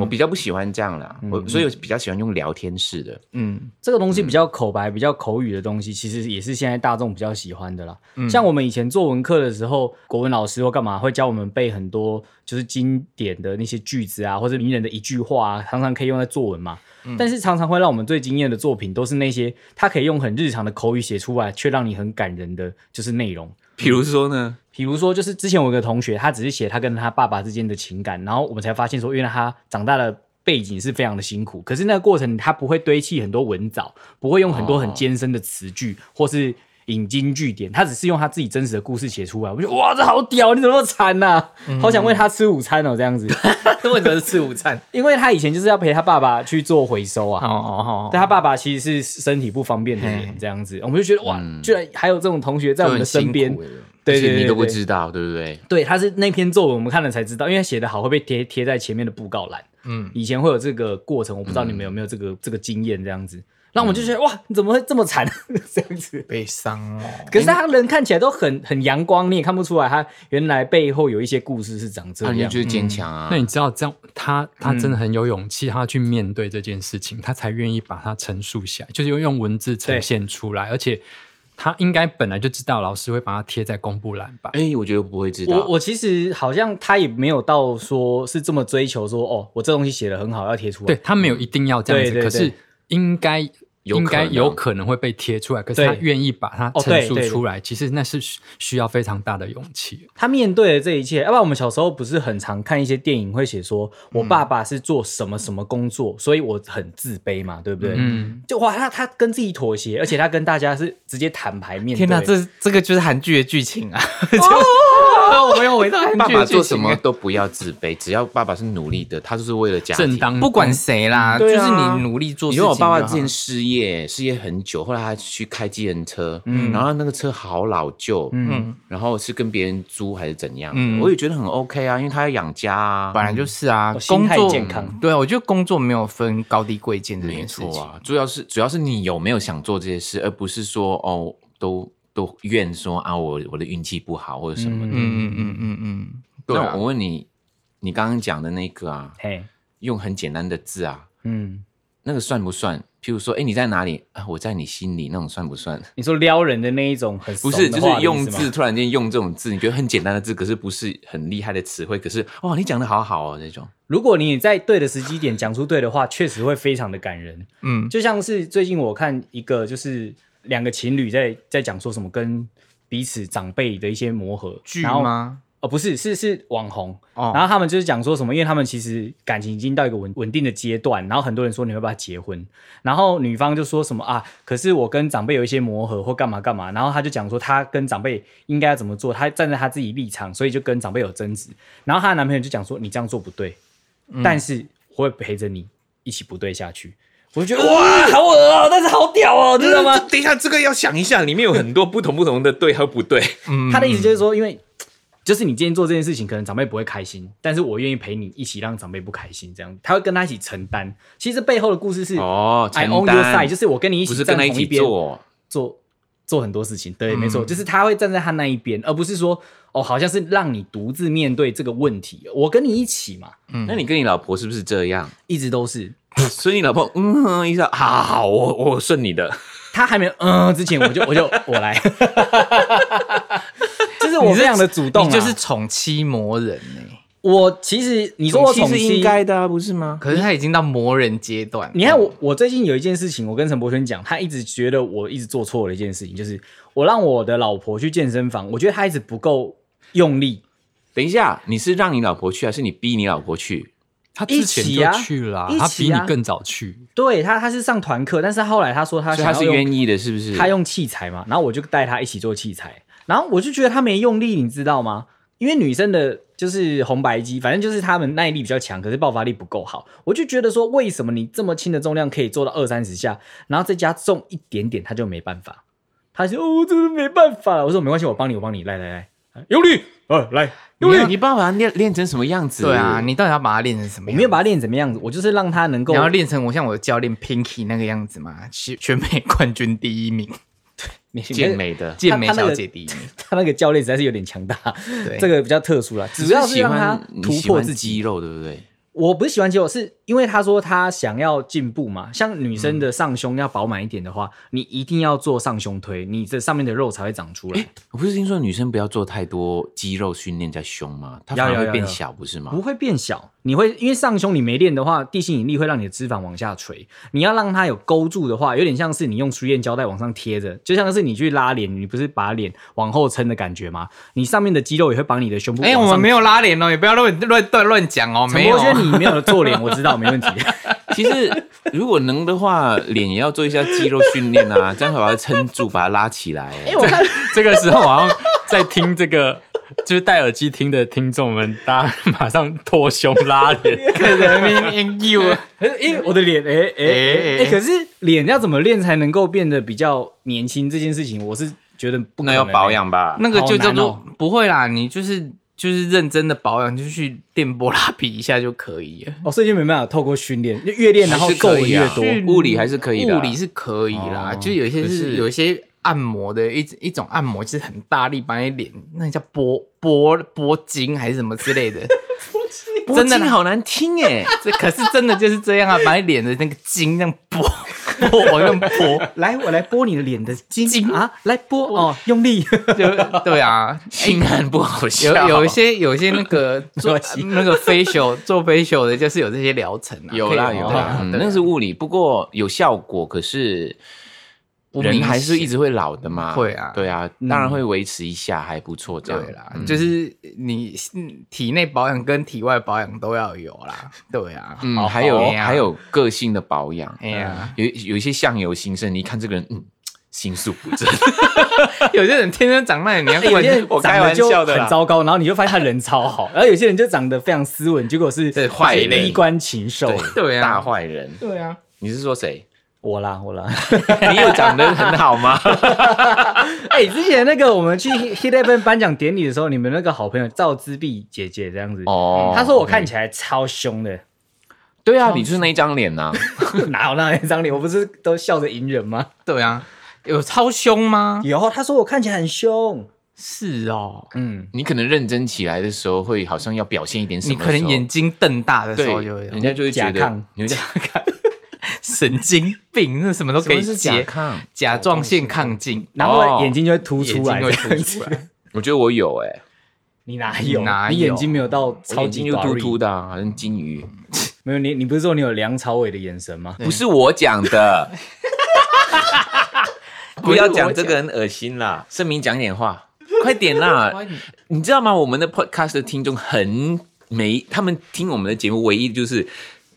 Speaker 2: 我
Speaker 1: 嗯
Speaker 2: 比较不喜欢这样啦，我所以我比较喜欢用聊天式的。
Speaker 3: 嗯，
Speaker 1: 这个东西比较口白、比较口语的东西，其实也是现在大众比较喜欢的啦。
Speaker 3: 嗯
Speaker 1: 像我们以前作文课的时候，国文老师或干嘛会教我们背很多就是经典的那些句子啊，或者名人的一句话啊，常常可以用在作文嘛。
Speaker 3: 嗯
Speaker 1: 但是常常会让我们最惊艳的作品，都是那些他可以用很日常的口语写出来，却让你很感人的，就是内容。
Speaker 2: 比如说呢，
Speaker 1: 比如说，就是之前我有个同学，他只是写他跟他爸爸之间的情感，然后我们才发现说，原来他长大的背景是非常的辛苦。可是那个过程，他不会堆砌很多文藻，不会用很多很艰深的词
Speaker 2: 哦
Speaker 1: 句、或是引经据典，他只是用他自己真实的故事写出来。我就哇，这好 屌！你怎么那么惨呐、啊
Speaker 2: 嗯
Speaker 1: 好想喂他吃午餐哦，这样子，
Speaker 3: 为什么是吃午餐？
Speaker 1: 因为他以前就是要陪他爸爸去做回收啊。
Speaker 3: 哦哦
Speaker 1: 但
Speaker 3: 哦，
Speaker 1: 他爸爸其实是身体不方便的人，这样子，我们就觉得哇，居然还有这种同学在我们的身边
Speaker 2: 嗯就很，辛苦欸
Speaker 1: 对对
Speaker 2: 而且你
Speaker 1: 对
Speaker 2: 都不
Speaker 1: 对
Speaker 2: 知道，对不对？
Speaker 1: 对，他是那篇作文我们看了才知道，因为写的好会被贴贴在前面的布告栏。嗯，以前会有这个过程，我不知道你们有没有这个、
Speaker 2: 嗯
Speaker 1: 这个经验这样子。然后我们就觉得、哇，你怎么会这么惨 这样子？
Speaker 3: 悲伤哦。
Speaker 1: 可是他人看起来都很很阳光，你也看不出来他原来背后有一些故事是长这
Speaker 2: 那
Speaker 1: 样。嗯
Speaker 2: 你就觉得坚强啊。
Speaker 4: 那你知道这样，他他真的很有勇气，他去面对这件事情，
Speaker 1: 嗯
Speaker 4: 他才愿意把它陈述下来，就是用文字呈现出来，而且他应该本来就知道老师会把它贴在公布栏
Speaker 1: 嗯
Speaker 4: 吧？
Speaker 2: 哎，我觉得不会知道。
Speaker 1: 我我其实好像他也没有到说是这么追求说哦，我这东西写的很好要贴出来。
Speaker 4: 对，他没有一定要这样子，
Speaker 1: 对对对
Speaker 4: 可是应该。
Speaker 2: 有
Speaker 4: 应该
Speaker 2: 可能
Speaker 4: 有可能会被贴出来，可是他
Speaker 1: 对
Speaker 4: 愿意把它
Speaker 1: 哦
Speaker 4: 陈
Speaker 1: 对
Speaker 4: 述
Speaker 1: 对对
Speaker 4: 出来，其实那是需需要非常大的勇气。
Speaker 1: 他面对了这一切，要不然我们小时候不是很常看一些电影，会写说
Speaker 2: 嗯
Speaker 1: 我爸爸是做什么什么工作，所以我很自卑嘛，对不对？
Speaker 4: 嗯，
Speaker 1: 就哇，他他跟自己妥协，而且他跟大家是直接坦白面对。
Speaker 3: 天哪，这这个就是韩剧的剧情啊！后我们又回到韩
Speaker 2: 爸
Speaker 3: 剧的
Speaker 2: 爸
Speaker 3: 剧
Speaker 2: 做什
Speaker 3: 情
Speaker 2: 么
Speaker 3: 了。
Speaker 2: 都不要自 卑，只要爸爸是努力的，他就是为了家庭。
Speaker 4: 正当
Speaker 3: 不管谁啦，就
Speaker 2: 对
Speaker 3: 是
Speaker 2: 啊
Speaker 3: 你努力做事
Speaker 2: 因
Speaker 3: 情
Speaker 2: 为
Speaker 3: 就好。
Speaker 2: 我爸爸之前失业，失业很久，后来他去开机人车，
Speaker 3: 嗯
Speaker 2: 然后那个车好老旧，嗯，然后是跟别人租还是怎样的，
Speaker 3: 嗯
Speaker 2: 我也觉得很 OK 啊，因为他要养家啊，
Speaker 3: 本来就是啊
Speaker 1: 我，心
Speaker 3: 工
Speaker 1: 态
Speaker 3: 作
Speaker 1: 健康
Speaker 3: 对啊，我觉得工作没有分高低贵贱这
Speaker 2: 没
Speaker 3: 件事
Speaker 2: 错
Speaker 3: 情。
Speaker 2: 啊，主要是主要是你有没有想做这些事，而不是说哦都都怨说啊我我的运气不好或者什么
Speaker 3: 嗯
Speaker 2: 的。
Speaker 3: 嗯嗯嗯嗯，对啊
Speaker 2: 那我问你，你刚刚讲的那个啊，
Speaker 1: 嘿，
Speaker 2: 用很简单的字啊，
Speaker 1: 嗯，
Speaker 2: 那个算不算？譬如说，哎，你在哪里啊？我在你心里，那种算不算？
Speaker 1: 你说撩人的那一种很
Speaker 2: 不
Speaker 1: 怂
Speaker 2: 是，
Speaker 1: 的
Speaker 2: 就
Speaker 1: 话
Speaker 2: 是用
Speaker 1: 的意思吗
Speaker 2: 字突然间用这种字，你觉得很简单的字，可是不是很厉害的词汇，可是哦，你讲的好好哦，那种
Speaker 1: 如果你在对的时机点讲出对的话，确实会非常的感人。
Speaker 3: 嗯，
Speaker 1: 就像是最近我看一个，就是两个情侣在在讲说什么跟彼此长辈的一些磨合
Speaker 3: 剧？
Speaker 1: 然后
Speaker 3: 吗？
Speaker 1: 哦，不是，是是网红。
Speaker 3: 哦
Speaker 1: 然后他们就是讲说什么，因为他们其实感情已经到一个稳稳定的阶段，然后很多人说你会不要结婚，然后女方就说什么啊，可是我跟长辈有一些磨合或干嘛干嘛，然后他就讲说他跟长辈应该要怎么做，他站在他自己立场，所以就跟长辈有争执，然后她的男朋友就讲说你这样做不对，但是我会陪着你一起不对下去。我就觉得哇，好恶哦、但是好屌哦、知道吗？
Speaker 2: 等一下，这个要想一下，里面有很多不同不同的对和不 对。
Speaker 1: 他的意
Speaker 2: 嗯
Speaker 1: 思就是说，因为就是你今天做这件事情，可能长辈不会开心，但是我愿意陪你一起让长辈不开心，这样他会跟他一起承担。其实这背后的故事是
Speaker 2: 哦
Speaker 1: ，I
Speaker 2: 承
Speaker 1: own your
Speaker 2: 担
Speaker 1: side，就是我跟你一
Speaker 2: 不
Speaker 1: 起
Speaker 2: 是
Speaker 1: 站
Speaker 2: 跟他
Speaker 1: 同
Speaker 2: 一起
Speaker 1: 边
Speaker 2: 做，哦嗯
Speaker 1: 做做很多事情，对，没错，就是他会站在他那一边，而不是说哦，好像是让你独自面对这个问题，我跟你一起嘛，
Speaker 2: 那你跟你老婆是不是这样？
Speaker 1: 一直都是。
Speaker 2: 所以你老婆嗯哼一下，好好，我我顺你的。
Speaker 1: 他还没有嗯之前，我 就我就我来， 就是我非常的主动啊、
Speaker 3: 你就是宠妻魔人呢。
Speaker 1: 我其实你说我宠妻
Speaker 2: 的啊，不是吗？
Speaker 3: 可是他已经到魔人阶段，
Speaker 1: 你
Speaker 2: 嗯
Speaker 1: 看我，我最近有一件事情，我跟陈柏轩讲，他一直觉得我一直做错了一件事情，就是我让我的老婆去健身房，我觉得她一直不够用力。
Speaker 2: 等一下，你是让你老婆去，还是你逼你老婆去？
Speaker 4: 他之前
Speaker 1: 一起啊
Speaker 4: 就去了啊、
Speaker 1: 一起啊
Speaker 4: 他比你更早去，
Speaker 1: 对她，她是上团课，但是后来她说她
Speaker 2: 所以
Speaker 1: 想
Speaker 2: 她
Speaker 1: 要
Speaker 2: 是
Speaker 1: 用
Speaker 2: 愿意的，是不是？
Speaker 1: 她用器材嘛，然后我就带她一起做器材，然后我就觉得她没用力，你知道吗？因为女生的就是红白机，反正就是她们耐力比较强，可是爆发力不够好。我就觉得说，为什么你这么轻的重量可以做到二三十下，然后再加重一点点，她就没办法。她说：“哦，真的没办法了。”我说：“没关系，我帮你，我帮你，来来来，用力，呃，来用
Speaker 2: 你
Speaker 1: 力。
Speaker 2: 要你爸爸练练成什么样子？
Speaker 3: 对啊，你到底要把它练成什么
Speaker 1: 我
Speaker 3: 样？
Speaker 1: 没有把她练怎么样子，我就是让她能够
Speaker 3: 你要练成我像我的教练 Pinky 那个样子嘛，全全美冠军第一名，
Speaker 2: 健美的，
Speaker 3: 健美小姐第一名。
Speaker 1: 他那个教练实在是有点强大，
Speaker 3: 对
Speaker 1: 这个比较特殊了。主要是
Speaker 2: 喜
Speaker 1: 让他
Speaker 2: 欢
Speaker 1: 突破自
Speaker 2: 肌
Speaker 1: 己。
Speaker 2: 肉，对不对？
Speaker 1: 我不是喜欢肌肉，是因为他说他想要进步嘛。像女
Speaker 3: 嗯
Speaker 1: 生的上胸要饱满一点的话，你一定要做上胸推，你这上面的肉才会长出来。
Speaker 2: 我不是听说女生不要做太多肌肉训练在胸吗？她
Speaker 1: 要
Speaker 2: 反
Speaker 1: 要
Speaker 2: 而
Speaker 1: 要
Speaker 2: 会变
Speaker 1: 要
Speaker 2: 小，不是吗
Speaker 1: 不？会变小，你会因为上胸你没练的话，地心引力会让你的脂肪往下垂。你要让它有勾住的话，有点像是你用书验胶带往上贴着，就像是你去拉脸，你不是把脸往后撑的感觉吗？你上面的肌肉也会把你的胸部
Speaker 3: 哎、
Speaker 1: 往
Speaker 3: 我们
Speaker 1: 上
Speaker 3: 没有拉脸哦，也不要乱乱乱乱讲哦，
Speaker 1: 陈
Speaker 3: 没有
Speaker 1: 柏。轩，你没有做脸，我知道，没问题。
Speaker 2: 其实如果能的话，脸也要做一下肌肉训练 啊，这样把它撑住，把它拉起 来。
Speaker 1: 哎、我看
Speaker 4: 这个时候好像在听这个，就是戴耳机听的听众们，大家马上脱胸拉 脸，
Speaker 3: 可 能 n you，
Speaker 1: 可是，因为我的脸，哎哎哎
Speaker 3: 哎
Speaker 1: 哎，可是脸要怎么练才能够变得比较年轻？这件事情，我是觉得不可
Speaker 2: 那
Speaker 1: 能
Speaker 2: 要保。养吧？
Speaker 3: 那个就叫做、
Speaker 1: 好哦
Speaker 3: 不会啦，你就是就是认真的保养，就去电波拉皮一下就可以了。
Speaker 1: 哦，所以就没办法透过训练，越练然后
Speaker 2: 还是
Speaker 1: 够
Speaker 2: 可
Speaker 1: 的
Speaker 2: 以
Speaker 1: 越
Speaker 2: 啊
Speaker 1: 多。
Speaker 2: 去物理还是可以的啊
Speaker 3: 物理是可以啦，
Speaker 2: 哦
Speaker 3: 就有一些
Speaker 2: 可
Speaker 3: 是
Speaker 2: 是
Speaker 3: 有一些按摩的一一种按摩，就是很大力把你脸，那叫拨拨拨筋还是什么之 类的，
Speaker 2: 真
Speaker 3: 真
Speaker 2: 的
Speaker 3: 的啦，
Speaker 2: 好难听哎。
Speaker 3: 这可是真的就是这样啊，把你脸的那个筋这样拨 拨往上拨，
Speaker 1: 来，我来拨你的脸的筋啊，来拨哦，用力。
Speaker 3: 就对啊，
Speaker 2: 性感哎不好
Speaker 3: 有
Speaker 2: 笑，
Speaker 3: 有一些有一些那个 做
Speaker 1: 关系
Speaker 3: 那个 facial 做 facial 的，就是有这些疗程啊，
Speaker 2: 有啦
Speaker 3: 可以
Speaker 2: 有
Speaker 3: 对
Speaker 2: 啦
Speaker 3: 啊，
Speaker 2: 嗯
Speaker 3: 对啊
Speaker 2: 那是物理，不过有效果，可是
Speaker 3: 不明
Speaker 2: 人
Speaker 3: 显
Speaker 2: 还是一直会老的嘛。
Speaker 3: 会啊
Speaker 2: 对啊，当然会维持一下，还不错这样。嗯
Speaker 3: 对啦，就是你嗯体内保养跟体外保养都要有啦，对啊，
Speaker 2: 嗯，
Speaker 1: 好
Speaker 2: 还有
Speaker 3: 哎呀
Speaker 2: 还有个性的保养，
Speaker 3: 哎呀
Speaker 2: 有有一些相由心生，你一看这个人，嗯，心术不正。
Speaker 3: 有些人天生长那样，你要
Speaker 1: 有
Speaker 3: 管
Speaker 1: 些人
Speaker 2: 我
Speaker 1: 长
Speaker 2: 开
Speaker 1: 得
Speaker 2: 玩
Speaker 1: 就
Speaker 2: 笑的啦
Speaker 1: 很糟糕，然后你就发现他人超好，然后有些人就长得非常斯文，结果是
Speaker 2: 对坏人
Speaker 1: 衣冠禽兽。
Speaker 3: 对
Speaker 2: 大
Speaker 3: 啊，
Speaker 2: 坏人，
Speaker 3: 对啊，
Speaker 2: 你是说谁？
Speaker 1: 我啦，我啦。
Speaker 2: 你有长得很 好吗？
Speaker 1: 哎、之前那个我们去 Hit Eleven 颁奖典礼的时候，你们那个好朋友赵之碧姐姐这样子，
Speaker 2: 哦
Speaker 1: 她说我看起来超凶的，
Speaker 2: 对啊，你就是那一张脸呐。
Speaker 1: 哪有那一张脸？我不是都笑着隐忍吗？
Speaker 3: 对啊，有超凶吗？
Speaker 1: 有，她说我看起来很凶。
Speaker 3: 是哦，
Speaker 1: 嗯，
Speaker 2: 你可能认真起来的时候，会好像要表现一点什么
Speaker 3: 你
Speaker 2: 的
Speaker 3: 可
Speaker 2: 时候。
Speaker 3: 能眼睛瞪大的时候
Speaker 2: 对，
Speaker 3: 就
Speaker 2: 人
Speaker 3: 有
Speaker 2: 家就会觉
Speaker 1: 甲亢
Speaker 2: 得你会讲
Speaker 3: 神经病，那什么都可
Speaker 2: 什
Speaker 3: 以
Speaker 2: 么是甲
Speaker 3: 接，
Speaker 2: 亢？
Speaker 3: 甲状腺亢进，
Speaker 1: 然后
Speaker 2: 哦
Speaker 1: 眼睛就会凸
Speaker 3: 哦眼
Speaker 1: 出
Speaker 3: 睛
Speaker 1: 来，
Speaker 3: 会
Speaker 1: 这样
Speaker 3: 凸
Speaker 1: 子
Speaker 3: 出来。
Speaker 2: 我觉得我有哎，
Speaker 1: 你哪有？
Speaker 3: 你哪有
Speaker 1: 你眼睛没有到
Speaker 2: 我
Speaker 1: 超
Speaker 2: 眼
Speaker 1: 级
Speaker 2: 睛就凸凸
Speaker 1: 的。
Speaker 2: 的啊，好像金鱼。
Speaker 1: 没有你，你不是说你有梁朝伟的眼神吗？
Speaker 2: 不是我讲 的，不要讲这个很恶心啦。盛明讲点话，快点啦！你知道吗？我们的 podcast 的听众很没，他们听我们的节目唯一就是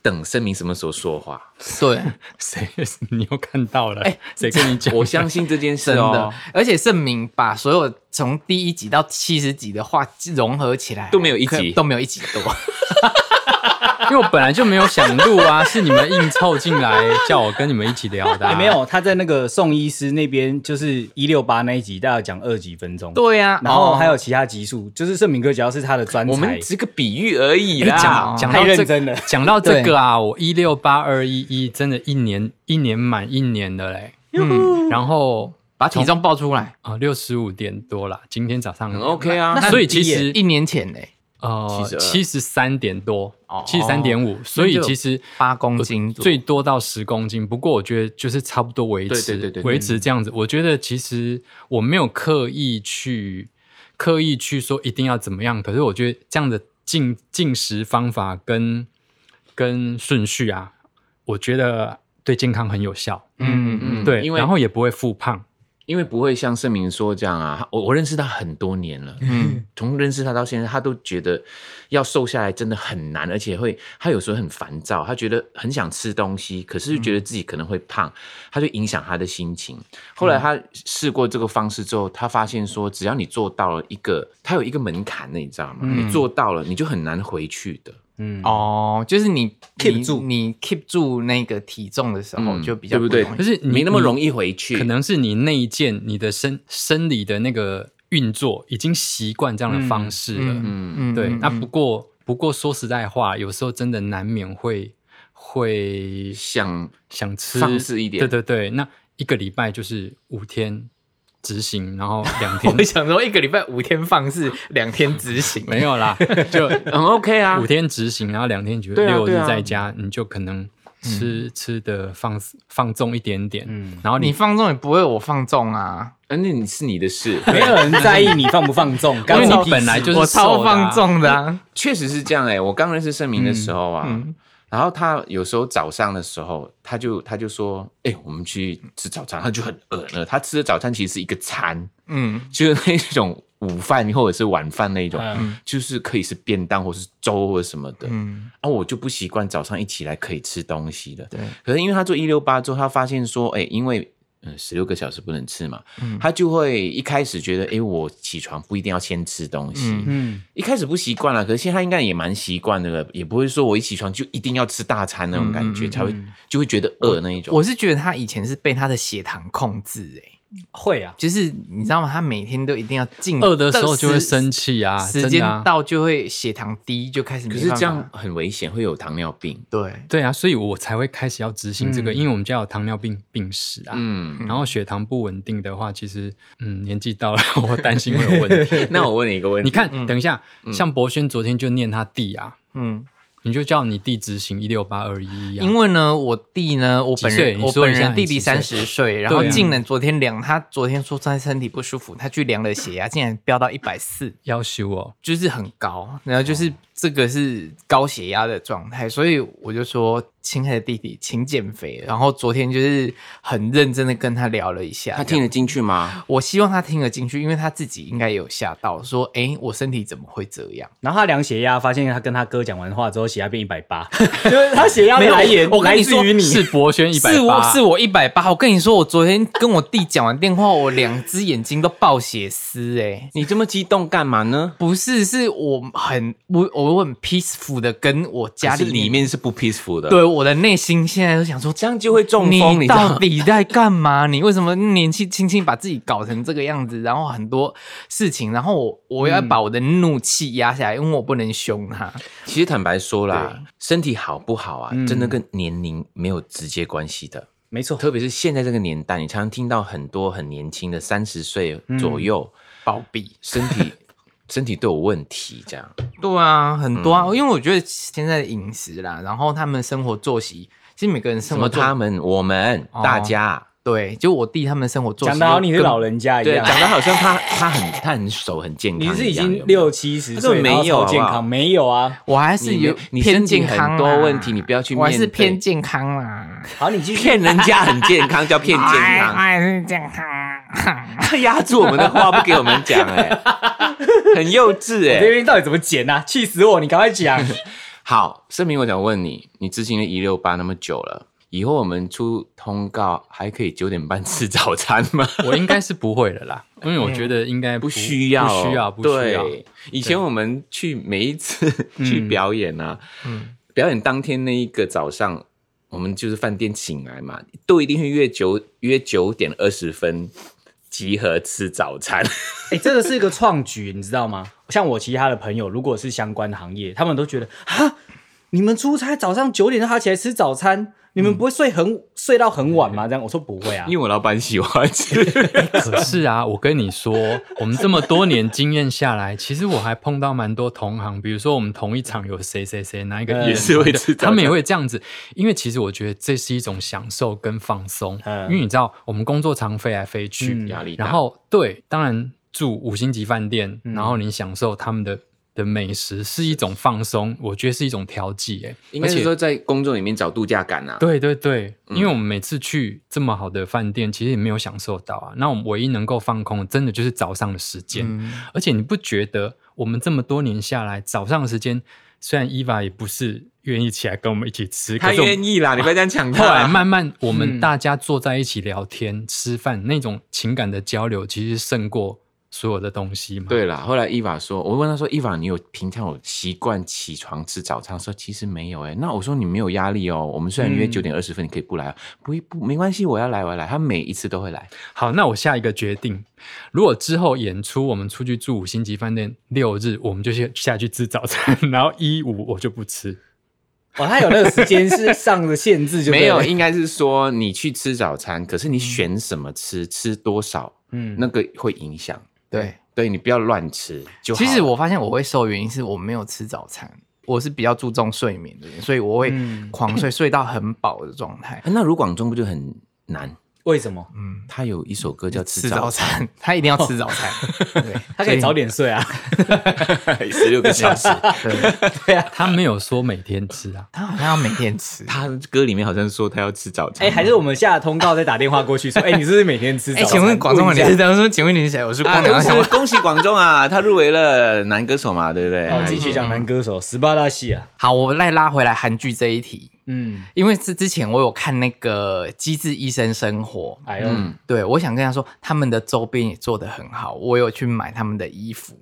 Speaker 2: 等盛明什么时候说话。
Speaker 3: 对，
Speaker 4: 谁你又看到了？
Speaker 1: 哎
Speaker 4: 谁跟你讲？
Speaker 2: 我相信这件事
Speaker 3: 真的
Speaker 2: 哦，，
Speaker 3: 而且盛明把所有从第一集到七十集的话融合起来，
Speaker 2: 都没有一集
Speaker 3: 都没有一集多。
Speaker 4: 因为我本来就没有想录啊，是你们硬凑进来叫我跟你们一起聊的、啊。
Speaker 1: 哎，没，有，他在那个宋医师那边，就是一六八那一集，大概有讲二几分钟。
Speaker 3: 对啊呀，
Speaker 1: 然后还有其他集数，就是盛明哥只要是他的专
Speaker 2: 我
Speaker 1: 才
Speaker 2: 们，只是个比喻而已
Speaker 4: 哎
Speaker 2: 啦
Speaker 4: 讲。讲到
Speaker 1: 太
Speaker 4: 这
Speaker 1: 认真了
Speaker 4: 讲到这个啊，我一六八二一一真的一年一年满一年的嘞，嗯，然后
Speaker 3: 把体重报出来，
Speaker 4: 啊六十五点多啦，今天早上
Speaker 2: 很 OK 啊，
Speaker 4: 那所以其
Speaker 1: 那很
Speaker 4: 实
Speaker 3: 一年前嘞，
Speaker 4: 呃
Speaker 2: 72
Speaker 4: 七十三点多，
Speaker 2: 哦
Speaker 4: 七十三点五，所以其实
Speaker 3: 八公斤左右
Speaker 4: 呃最多到十公斤。不过我觉得就是差不多维持，
Speaker 2: 对对对对嗯
Speaker 4: 维持这样子。我觉得其实我没有刻意去刻意去说一定要怎么样，可是我觉得这样的进进食方法跟跟顺序啊，我觉得对健康很有效。
Speaker 3: 嗯嗯，
Speaker 2: 嗯
Speaker 4: 对，
Speaker 2: 因为
Speaker 4: 然后也不会复胖。
Speaker 2: 因为不会像盛明说这样啊，我我认识他很多年了，
Speaker 3: 嗯
Speaker 2: 嗯，从认识他到现在，他都觉得要瘦下来真的很难，而且会他有时候很烦躁，他觉得很想吃东西，可是又觉得自己可能会胖，他就影响他的心情。后
Speaker 4: 嗯
Speaker 2: 来他试过这个方式之后，他发现说，只要你做到了一个，他有一个门槛的，你知道吗？
Speaker 4: 嗯
Speaker 2: 你做到了，你就很难回去的。
Speaker 1: 嗯，
Speaker 3: 哦，就是你
Speaker 1: keep
Speaker 3: 你
Speaker 1: 住
Speaker 3: 你 keep 住那个体重的时候，
Speaker 2: 嗯
Speaker 3: 就比较
Speaker 2: 对不对
Speaker 3: 容易
Speaker 4: 可是你
Speaker 2: 没那么
Speaker 4: 你
Speaker 2: 容易回去，
Speaker 4: 可能是你内建你的生生理的那个运作已经习惯这样的方式了。
Speaker 2: 嗯
Speaker 4: 对，那
Speaker 3: 嗯
Speaker 4: 不过不过说实在话，有时候真的难免会会
Speaker 2: 像
Speaker 4: 想吃
Speaker 2: 放肆一点
Speaker 4: 对对对，那一个礼拜就是五天执行，然后两 天
Speaker 3: 我想说一个礼拜五天放肆，两天执行，
Speaker 4: 没有啦，就
Speaker 2: 很 OK 啊
Speaker 4: 五，天执行，然后两天觉得
Speaker 2: 对啊
Speaker 4: 六日
Speaker 2: 对啊嗯
Speaker 4: 在家，你就可能吃、吃的放肆放纵一点点，然后
Speaker 3: 你
Speaker 4: 你
Speaker 3: 放纵也不会我放纵啊，
Speaker 2: 啊那你是你 的事。
Speaker 1: 没有人在意你放不放纵，
Speaker 4: 因
Speaker 1: 干
Speaker 4: 为
Speaker 1: 我屁
Speaker 4: 你
Speaker 1: 事
Speaker 4: 本来就是
Speaker 3: 我超
Speaker 4: 瘦的啊
Speaker 3: 放纵的啊，
Speaker 2: 确实是这样哎、我刚认识盛明的时候啊，然后他有时候早上的时候，他就他就说，哎、我们去吃早餐，他就很饿了。他吃的早餐其实是一个餐，
Speaker 3: 嗯，
Speaker 2: 就是那种午饭或者是晚饭那一种，
Speaker 1: 嗯
Speaker 2: 就是可以是便当或是粥或者什么的。
Speaker 3: 嗯
Speaker 2: 啊，我就不习惯早上一起来可以吃东西的。
Speaker 3: 对，
Speaker 2: 可是因为他做一六八之后，他发现说，哎、因为嗯十六个小时不能吃嘛，
Speaker 3: 嗯
Speaker 2: 他就会一开始觉得，哎、我起床不一定要先吃东西，
Speaker 3: 嗯
Speaker 1: 嗯，
Speaker 2: 一开始不习惯了，可是现在他应该也蛮习惯的了，也不会说我一起床就一定要吃大餐那种感
Speaker 3: 嗯
Speaker 2: 觉，
Speaker 3: 嗯嗯
Speaker 2: 才会就会觉得饿那一种。
Speaker 3: 我是觉得他以前是被他的血糖控制，哎，
Speaker 1: 会啊，
Speaker 3: 就是你知道吗？他每天都一定要进
Speaker 4: 饿的时候就会生
Speaker 3: 气
Speaker 4: 气啊，
Speaker 3: 时
Speaker 4: 真
Speaker 3: 间
Speaker 4: 的啊
Speaker 3: 到就会血糖低，就开始没
Speaker 2: 可
Speaker 3: 办
Speaker 2: 是
Speaker 3: 法。
Speaker 2: 这样很危险，会有糖尿病。
Speaker 3: 对，
Speaker 4: 对啊，所以我才会开始要执行这个，
Speaker 1: 嗯
Speaker 4: 因为我们家有糖尿病病史啊。
Speaker 2: 嗯，
Speaker 4: 然后血糖不稳定的话，其实嗯，年纪到了， 我担心会有问 题。
Speaker 2: 那我问你一个问
Speaker 4: 你
Speaker 2: 题，
Speaker 4: 看，等一下，像博轩昨天就念他弟啊，
Speaker 3: 嗯，
Speaker 4: 你就叫你弟执行一六八二一啊
Speaker 3: 因。为呢，我弟呢，我本人
Speaker 4: 几岁
Speaker 3: 我
Speaker 4: 你说
Speaker 3: 本
Speaker 4: 一下
Speaker 3: 人弟
Speaker 4: 你
Speaker 3: 弟
Speaker 4: 几
Speaker 3: 三
Speaker 4: 岁
Speaker 3: 十岁，然后
Speaker 4: 对啊
Speaker 3: 竟然昨天量他昨天说他身体不舒服，他去量了血压，竟然飙到一百四，
Speaker 4: 要修哦，
Speaker 2: 哦
Speaker 3: 就是很高，然后就是这个是高血压的状态，所以我就说亲爱的弟弟，请减肥。然后昨天就是很认真的跟他聊了一下，
Speaker 2: 他听
Speaker 3: 这样
Speaker 2: 得进去吗？
Speaker 3: 我希望他听得进去，因为他自己应该也有吓到，说：“哎、我身体怎么会这样
Speaker 1: 然后他量血压，发现他跟他哥讲完话之后，血压变一百 八，就是他血压的来源
Speaker 3: 我跟
Speaker 1: 来
Speaker 3: 你
Speaker 1: 自
Speaker 3: 说
Speaker 1: 于你。
Speaker 4: 是博轩一百
Speaker 3: 是我
Speaker 4: 八，
Speaker 3: 是我一百八，我跟你说，我昨天跟我弟讲完电话，我两只眼睛都爆血丝、哎，
Speaker 2: 你这么激动干嘛呢？
Speaker 3: 不是，是我很我我很 peaceful 的跟我家
Speaker 2: 家
Speaker 3: 里
Speaker 2: 里里面是不 peaceful 的，
Speaker 3: 对，我的内心现在都想说，
Speaker 2: 这样就会中风，你知道
Speaker 3: 到
Speaker 2: 吗？
Speaker 3: 底在干嘛？你为什么年纪轻轻把自己搞成这个样子？然后很多事情，然后我我要把我的怒气压下来，因为我不能凶 他。
Speaker 2: 其实坦白说啦，身体好不好啊，
Speaker 3: 嗯
Speaker 2: 真的跟年龄没有直接关系的。
Speaker 1: 没错，
Speaker 2: 特别是现在这个年代，你常常听到很多很年轻的三十岁
Speaker 3: 嗯
Speaker 2: 左右，
Speaker 3: 暴毙。
Speaker 2: 身体身体都有问题，这样
Speaker 3: 对啊，很多啊，因为我觉得现在的饮食啦，然后他们生活作息，其实每个人
Speaker 2: 什
Speaker 3: 生活
Speaker 2: 么
Speaker 3: 作
Speaker 2: 他们、我们、
Speaker 3: 哦
Speaker 2: 大家，
Speaker 3: 对，就我弟他们生活作息
Speaker 1: 讲的好你是老
Speaker 3: 人，
Speaker 1: 人家一
Speaker 2: 对，
Speaker 1: 样，
Speaker 2: 讲的好像他他很他很熟很健康一
Speaker 1: 你
Speaker 2: 样，
Speaker 1: 是已
Speaker 2: 有没
Speaker 1: 经
Speaker 2: 有
Speaker 1: 六七十
Speaker 2: 这
Speaker 1: 岁，
Speaker 2: 没
Speaker 1: 然后
Speaker 2: 有
Speaker 1: 超
Speaker 2: 好不
Speaker 1: 健
Speaker 2: 好
Speaker 1: 康，没有啊。
Speaker 3: 我还是
Speaker 2: 你
Speaker 3: 有
Speaker 2: 你
Speaker 3: 偏
Speaker 2: 身体
Speaker 3: 健康
Speaker 2: 很多
Speaker 3: 啦
Speaker 2: 问题你不要去
Speaker 3: 我还是
Speaker 2: 面对
Speaker 3: 偏健康啦，
Speaker 1: 好，你 继续
Speaker 2: 骗人家很健 康叫骗健
Speaker 3: 哎
Speaker 2: 康，
Speaker 3: 哎是健康。啊
Speaker 2: 他 压住我们的话不给我们讲，哎，很幼稚
Speaker 1: 这
Speaker 2: 哎。
Speaker 1: 边到底怎么剪啊？气死我！你赶快 讲。
Speaker 2: 好，盛明，我想问你，你执行了一六八那么久了，以后我们出通告还可以九点半吃早餐吗？
Speaker 4: 我应该是不会的啦，因为我觉得应该
Speaker 2: 不 需要哦，
Speaker 4: 不需要，嗯不需要。
Speaker 2: 对，以前我们去每一次去表演啊，
Speaker 4: 嗯
Speaker 2: 表演当天那一个早上，我们就是饭店醒来嘛，都一定会约九约九点二十分集合吃早餐。
Speaker 1: 哎、这个是一个创举，你知道吗？像我其他的朋友，如果是相关的行业，他们都觉得啊，你们出差早上九点就爬起来吃早餐，你们不会睡很、睡到很晚吗？这样我说不会啊
Speaker 2: 嗯因，为我老板喜欢 吃，
Speaker 4: 可是啊，我跟你说，我们这么多年经验下来，其实我还碰到蛮多同行，比如说我们同一场有谁谁谁哪一个艺人
Speaker 2: 也是会吃早餐
Speaker 4: 他们也会这样子。因为其实我觉得这是一种享受跟放松，
Speaker 1: 嗯
Speaker 4: 因为你知道我们工作常飞来飞去，
Speaker 1: 嗯
Speaker 2: 压力大嗯
Speaker 4: 然后对，当然住五星级饭店，然后你享受他们的。的美食是一种放松，我觉得是一种调剂、欸，
Speaker 2: 应该
Speaker 4: 而且
Speaker 2: 是说在工作里面找度假感啊。
Speaker 4: 对对对，因为我们每次去这么好的饭店，其实也没有享受到啊。那我们唯一能够放空，真的就是早上的时间。
Speaker 2: 嗯
Speaker 4: 而且你不觉得我们这么多年下来，早上的时间虽然伊娃也不是愿意起来跟我们一起吃，可
Speaker 2: 他
Speaker 4: 是我们
Speaker 2: 愿意啦，你不要这样抢
Speaker 4: 后来
Speaker 2: 他。
Speaker 4: 慢慢我们大家坐在一起聊天、吃饭，那种情感的交流，其实胜过所有的东西嘛。
Speaker 2: 对啦，后来伊娃说，我问他说，伊娃，你有平常有习惯起床吃早餐？她说其实没有哎、那我说你没有压力哦。我们虽然约
Speaker 1: 嗯
Speaker 2: 九点二十分，你可以不来啊，不不没关系，我要来，我要来。他每一次都会来，
Speaker 4: 好，那我下一个决定，如果之后演出我们出去住五星级饭店六日，我们就先下去吃早餐， 然后一五我就不吃。
Speaker 1: 哦，他有那个时间是上的限制就对
Speaker 2: 没有，
Speaker 1: 了
Speaker 2: 应该是说你去吃早餐，可是你选什么吃，吃多少，
Speaker 1: 嗯，
Speaker 2: 那个会影响。
Speaker 3: 对，
Speaker 2: 对你不要乱吃就好
Speaker 3: 其
Speaker 2: 了。
Speaker 3: 实我发现我会瘦，原因是我没有吃早餐，我是比较注重睡眠的人，所以我会
Speaker 1: 嗯
Speaker 3: 狂睡，睡到很饱的状态。
Speaker 2: 那卢广仲不就很难？
Speaker 1: 为什么？
Speaker 3: 嗯，
Speaker 2: 他有一首歌叫《 吃
Speaker 3: 吃
Speaker 2: 早
Speaker 3: 早
Speaker 2: 餐
Speaker 3: 餐， 他一定要吃早餐，对，
Speaker 1: 他可以早点睡啊。》，
Speaker 2: 十六个 小时。
Speaker 3: 对，
Speaker 4: 他没有说每天 吃啊，
Speaker 3: 他好像要每天吃。
Speaker 2: 他歌里面好像说他要吃早餐。
Speaker 1: 哎、还是我们下通告再打电话过 去说，哎、你是不是每天吃早
Speaker 3: 哎，
Speaker 1: 餐？
Speaker 3: 请问广东
Speaker 1: 问一下
Speaker 3: 人你是怎么说？请问你是谁？我是光
Speaker 2: 啊，
Speaker 3: 良，
Speaker 2: 恭
Speaker 3: 我想问
Speaker 2: 喜恭喜广仲啊，他入围了男歌手嘛，对不对？
Speaker 1: 哦，继续讲男歌手十八大戏啊，
Speaker 3: 好，我再拉回来韩剧这一题，
Speaker 1: 嗯，
Speaker 3: 因为是之前我有看那个《机智医生生活》，
Speaker 1: 哎呦，
Speaker 2: 嗯
Speaker 3: 对我想跟他说，他们的周边也做得很好，我有去买他们的衣服，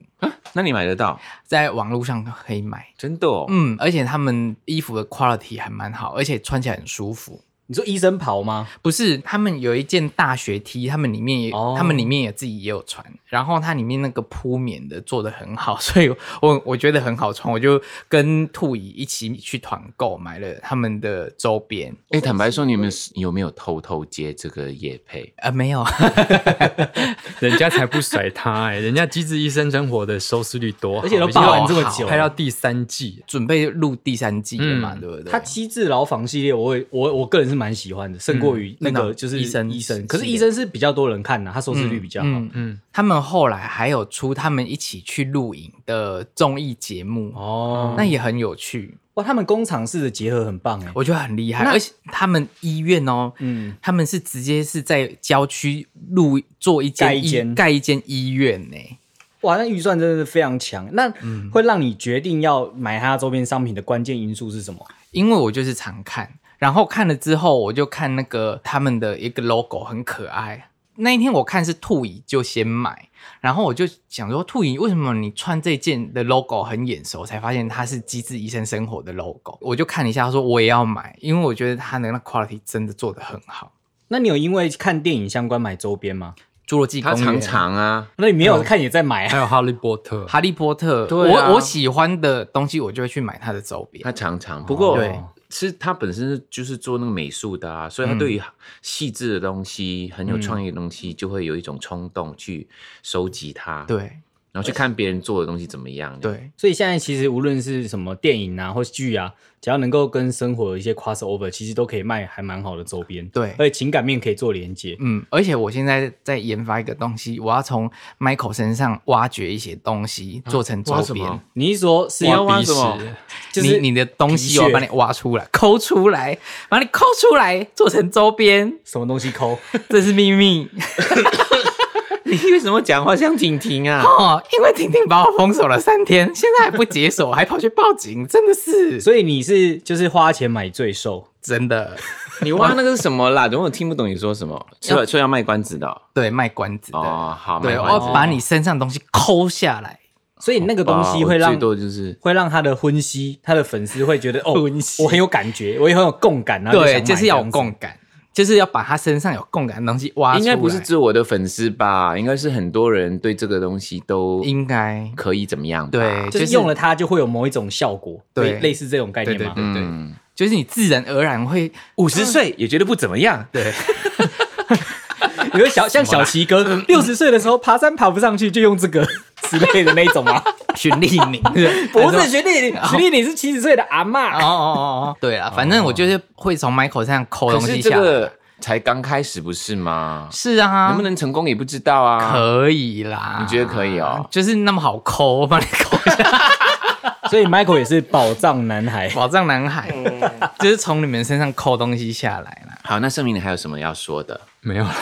Speaker 2: 那你买得到？
Speaker 3: 在网络上可以买。
Speaker 2: 真的哦，
Speaker 3: 嗯，而且他们衣服的 quality 还蛮好，而且穿起来很舒服。
Speaker 1: 你说医生袍吗？
Speaker 3: 不是，他们有一件大学 T，他们里面也，
Speaker 1: 哦
Speaker 3: 他们里面也自己也有穿，然后它里面那个铺棉的做的很好， 所以我我觉得很好穿，我就跟兔姨一起去团购买了他们的周边。
Speaker 2: 哎，坦白说，你们是有没有偷偷接这个夜配？
Speaker 3: 呃，没 有，
Speaker 4: 人家才不甩他哎、人家《机智医生生活》的收视率多好，
Speaker 1: 而且都
Speaker 4: 已经
Speaker 1: 爆完
Speaker 4: 好
Speaker 1: 这么久了
Speaker 4: 拍到第三季，
Speaker 3: 准备录第三季了嘛，
Speaker 4: 嗯
Speaker 3: 对不对？
Speaker 1: 啊他机智牢房系列，我也我我个人是蛮喜欢的，胜过于那
Speaker 3: 真
Speaker 1: 个
Speaker 3: 的啊
Speaker 1: 就是
Speaker 3: 医生
Speaker 1: 医生。
Speaker 3: 系
Speaker 1: 可是医生是比较多人看呐、他收视率比较好。
Speaker 3: 嗯
Speaker 4: 嗯，
Speaker 3: 他们后来还有出他们一起去录影的综艺节目，
Speaker 1: 哦，
Speaker 3: 那也很有趣，
Speaker 1: 哇，他们工厂式的结合很棒哎、
Speaker 3: 我觉得很厉害。而且他们医院哦，
Speaker 1: 嗯，
Speaker 3: 他们是直接是在郊区录做一间
Speaker 1: 盖一
Speaker 3: 医
Speaker 1: 间
Speaker 3: 盖一间医院呢。
Speaker 1: 哇，那预算真的是非常强。那会让你决定要买它周边商品的关键因素是什么？
Speaker 3: 因为我就是常看，然后看了之后，我就看那个他们的一个 logo 很可爱。那一天我看是兔椅，就先买，然后我就想说，兔椅为什么你穿这件的 logo 很眼熟？才发现它是《机智医生生活》的 logo。我就看了一下，说我也要买，因为我觉得它的那 quality 真的做的很好。
Speaker 1: 那你有因为看电影相关买周边吗？
Speaker 3: 侏罗纪公
Speaker 2: 它
Speaker 3: 园、
Speaker 2: 常常啊，
Speaker 1: 那你没有看也在买啊？
Speaker 4: 还有哈利波特，
Speaker 3: 哈利波特，
Speaker 2: 对啊
Speaker 3: 我我喜欢的东西，我就会去买它的周边
Speaker 2: 它。常常。不过
Speaker 3: 对
Speaker 2: 是它本身是就是做那个美术的啊，所以它对于细致的东西、很有创意的东西，就会有一种冲动去收集它，，
Speaker 3: 对
Speaker 2: 然后去看别人做的东西怎么样。，
Speaker 3: 对，
Speaker 1: 所以现在其实无论是什么电影啊或剧啊，只要能够跟生活有一些 crossover，其实都可以卖还蛮好的周边。
Speaker 3: 对
Speaker 2: 哎
Speaker 1: 而且情感面可以做连接。
Speaker 3: 嗯，而且我现在在研发一个东西，我要从 Michael 身上挖掘一些东西，做成周
Speaker 2: 啊挖什
Speaker 3: 边。
Speaker 2: 么？
Speaker 1: 你是说是
Speaker 2: 你要挖
Speaker 1: 鼻
Speaker 2: 什么
Speaker 1: 屎？就是
Speaker 3: 你你的东西，
Speaker 1: 皮
Speaker 3: 我
Speaker 1: 屑
Speaker 3: 把你挖出来，抠出来，把你抠出来，做成周边，
Speaker 1: 什么东西抠？
Speaker 3: 这是秘 密
Speaker 2: 你为什么讲话像婷婷 啊？
Speaker 3: 哦。因为婷婷把我封锁了三天，现在还不解锁，还跑去报警，真的是
Speaker 1: 所以你是就是花钱买罪受，
Speaker 3: 真的。
Speaker 2: 你挖那个是什么啦？等我听不懂你说什么，所以所以要卖关子的哦。
Speaker 3: 对，卖关子的，
Speaker 2: 哦好
Speaker 3: 对，
Speaker 2: 卖
Speaker 3: 我
Speaker 2: 关
Speaker 3: 要
Speaker 2: 子
Speaker 3: 把你身上的东西抠下来。
Speaker 1: 所以那个东西会
Speaker 2: 哇我
Speaker 1: 让
Speaker 2: 最多就是
Speaker 1: 会让他的婚妻、他的粉丝会觉得哦
Speaker 3: 婚，妻
Speaker 1: 我很有感觉，我也很有共感，然后
Speaker 3: 对，
Speaker 1: 就想买
Speaker 3: 就是要有
Speaker 1: 这样
Speaker 3: 共
Speaker 1: 子。
Speaker 3: 感，就是要把他身上有共感的东西挖出来。
Speaker 2: 应该不是只有我的粉丝吧？应该是很多人对这个东西都
Speaker 3: 应该
Speaker 2: 可以怎么样吧？
Speaker 3: 对，
Speaker 1: 就是用了它就会有某一种效果，
Speaker 3: 对
Speaker 1: 类类似这种概念吗？
Speaker 3: 对对
Speaker 2: 嗯，
Speaker 3: 就是你自然而然会
Speaker 2: 五十岁也觉得不怎么样。
Speaker 3: 对
Speaker 1: 有个小像小齐哥六十岁的时候爬山爬不上去，就用这个 之类的那一种 吗？
Speaker 3: 徐丽宁，
Speaker 1: 不是哦
Speaker 3: 还说
Speaker 1: 学弟，学弟你是七十岁的阿
Speaker 3: 哦
Speaker 1: 嬷，
Speaker 3: 哦哦哦，对啊，反正我就是会从 Michael 身上抠
Speaker 2: 可
Speaker 3: 东
Speaker 2: 是
Speaker 3: 西
Speaker 2: 这
Speaker 3: 下来。
Speaker 2: 个才刚开始，不是吗？
Speaker 3: 是啊，
Speaker 2: 能不能成功也不知道啊。
Speaker 3: 可以啦？
Speaker 2: 你觉得可以哦？
Speaker 3: 就是那么好抠，我帮你抠一下。
Speaker 1: 所以 Michael 也是宝藏男孩。
Speaker 3: 宝藏男孩就是从你们身上抠东西下来啦。
Speaker 2: 好，那盛明你还有什么要说的？
Speaker 4: 没 有了，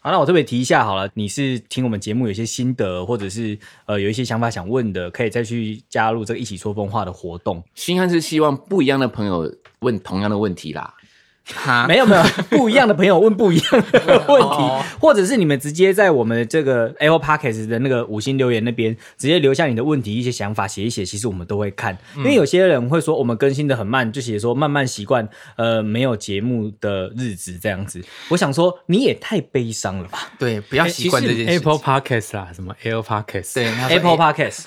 Speaker 1: 好，那我特别提一下好了，你是听我们节目有些心得，或者是呃有一些想法想问的，可以再去加入这个一起说风话的活动。
Speaker 2: 星汉是希望不一样的朋友问同样的问题啦。
Speaker 3: 哈，
Speaker 1: 没有没有，不一样的朋友问不一样的问题，或者是你们直接在我们这个 Apple Podcast 的那个五星留言那边直接留下你的问题、一些想法，写一写，其实我们都会看。因为有些人会说我们更新的很慢，就写说慢慢习惯，呃，没有节目的日子这样子。我想说你也太悲伤了 吧
Speaker 3: 对，不要习惯这件事
Speaker 4: Apple
Speaker 3: 情。
Speaker 4: Podcast 啦，什么 Air Podcast，
Speaker 3: 对他说
Speaker 1: ，Apple Podcast，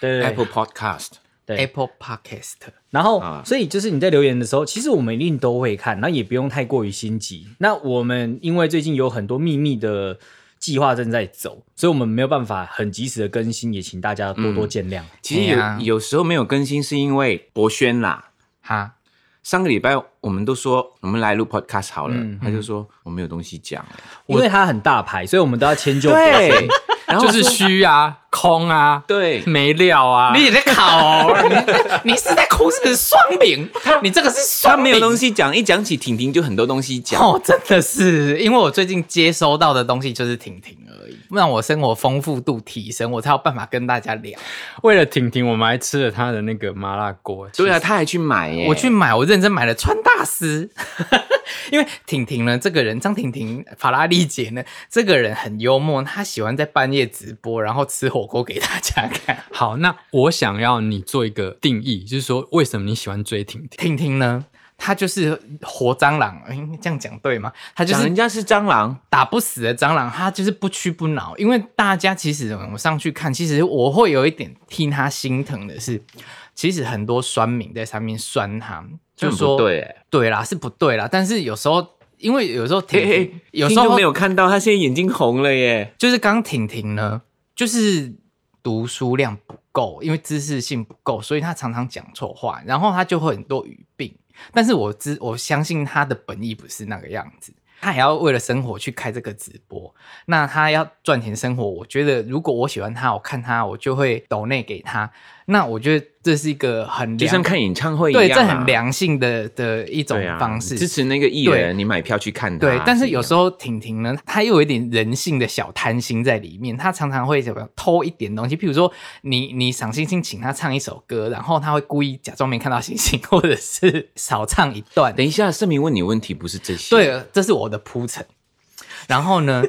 Speaker 1: 对对对
Speaker 2: Apple Podcast，
Speaker 1: 对
Speaker 3: Apple Podcast，
Speaker 1: 然后
Speaker 2: 啊，
Speaker 1: 所以就是你在留言的时候，其实我们一定都会看，那也不用太过于心急。那我们因为最近有很多秘密的计划正在走，所以我们没有办法很及时的更新，也请大家多多见谅。
Speaker 2: 其实有、
Speaker 3: 哎呀
Speaker 2: 有时候没有更新是因为博轩啦。
Speaker 3: 哈，
Speaker 2: 上个礼拜我们都说我们来录 podcast 好了，他就说我没有东西讲、
Speaker 1: 因为它很大牌，所以我们都要迁就。
Speaker 2: 对，然后
Speaker 4: 就
Speaker 2: 我
Speaker 4: 是
Speaker 2: 说
Speaker 4: 虚啊、空啊、
Speaker 2: 对，
Speaker 4: 没料啊，
Speaker 3: 你也在考、哦，你你是在哭是不是双饼？你这个是双
Speaker 2: 他
Speaker 3: 饼
Speaker 2: 没有东西讲，一讲起婷婷就很多东西讲。
Speaker 3: 哦，真的是，因为我最近接收到的东西就是婷婷而已，让我生活丰富度提升，我才有办法跟大家聊。
Speaker 4: 为了婷婷，我们还吃了她的那个麻辣锅。
Speaker 2: 对啊，他还去买耶、
Speaker 3: 我去买，我认真买了川大师， 因为婷婷呢，这个人张婷婷法拉利姐呢，这个人很幽默，她喜欢在半夜直播，然后吃火锅给大家看。
Speaker 4: 好，那我想要你做一个定义，就是说为什么你喜欢追婷
Speaker 3: 婷
Speaker 4: 婷？
Speaker 3: 婷呢，她就是活蟑螂，哎，这样讲对吗？她就
Speaker 2: 讲
Speaker 3: 是
Speaker 2: 人家是蟑螂，
Speaker 3: 打不死的蟑螂，它就是不屈不挠。因为大家其实我上去看，其实我会有一点替他心疼的是，其实很多酸民在上面酸他，就
Speaker 2: 很
Speaker 3: 说
Speaker 2: 不对、欸。
Speaker 3: 对啦，是不对啦。但是有时候，因为有时候婷
Speaker 2: 嘿
Speaker 3: 婷、
Speaker 2: 嘿，
Speaker 3: 有时
Speaker 2: 听众
Speaker 3: 候
Speaker 2: 没有看到，他现在眼睛红了耶。
Speaker 3: 就是刚婷婷呢，就是读书量不够，因为知识性不够，所以她常常讲错话，然后她就会很多语病。但是我知我相信他的本意不是那个样子，他也要为了生活去开这个直播。那他要赚钱生活，我觉得如果我喜欢他，我看他，我就会抖内给他。那我觉得这是一个很
Speaker 2: 就
Speaker 3: 良
Speaker 2: 像看演唱会一样、啊，
Speaker 3: 对，这很良性的的一种
Speaker 2: 对啊
Speaker 3: 方式。
Speaker 2: 支持那个艺
Speaker 3: 对
Speaker 2: 人，你买票去看啊他。
Speaker 3: 对，但是有时
Speaker 2: 候
Speaker 3: 候婷婷呢，她又有一点人性的小贪心在里面，她常常会怎么偷一点东西，譬如说你你赏星星请她唱一首歌，然后她会故意假装没看到星星，或者是 少唱一段。
Speaker 2: 等一下，盛明问你问题不是这些。
Speaker 3: 对，这是我的铺陈。然后呢，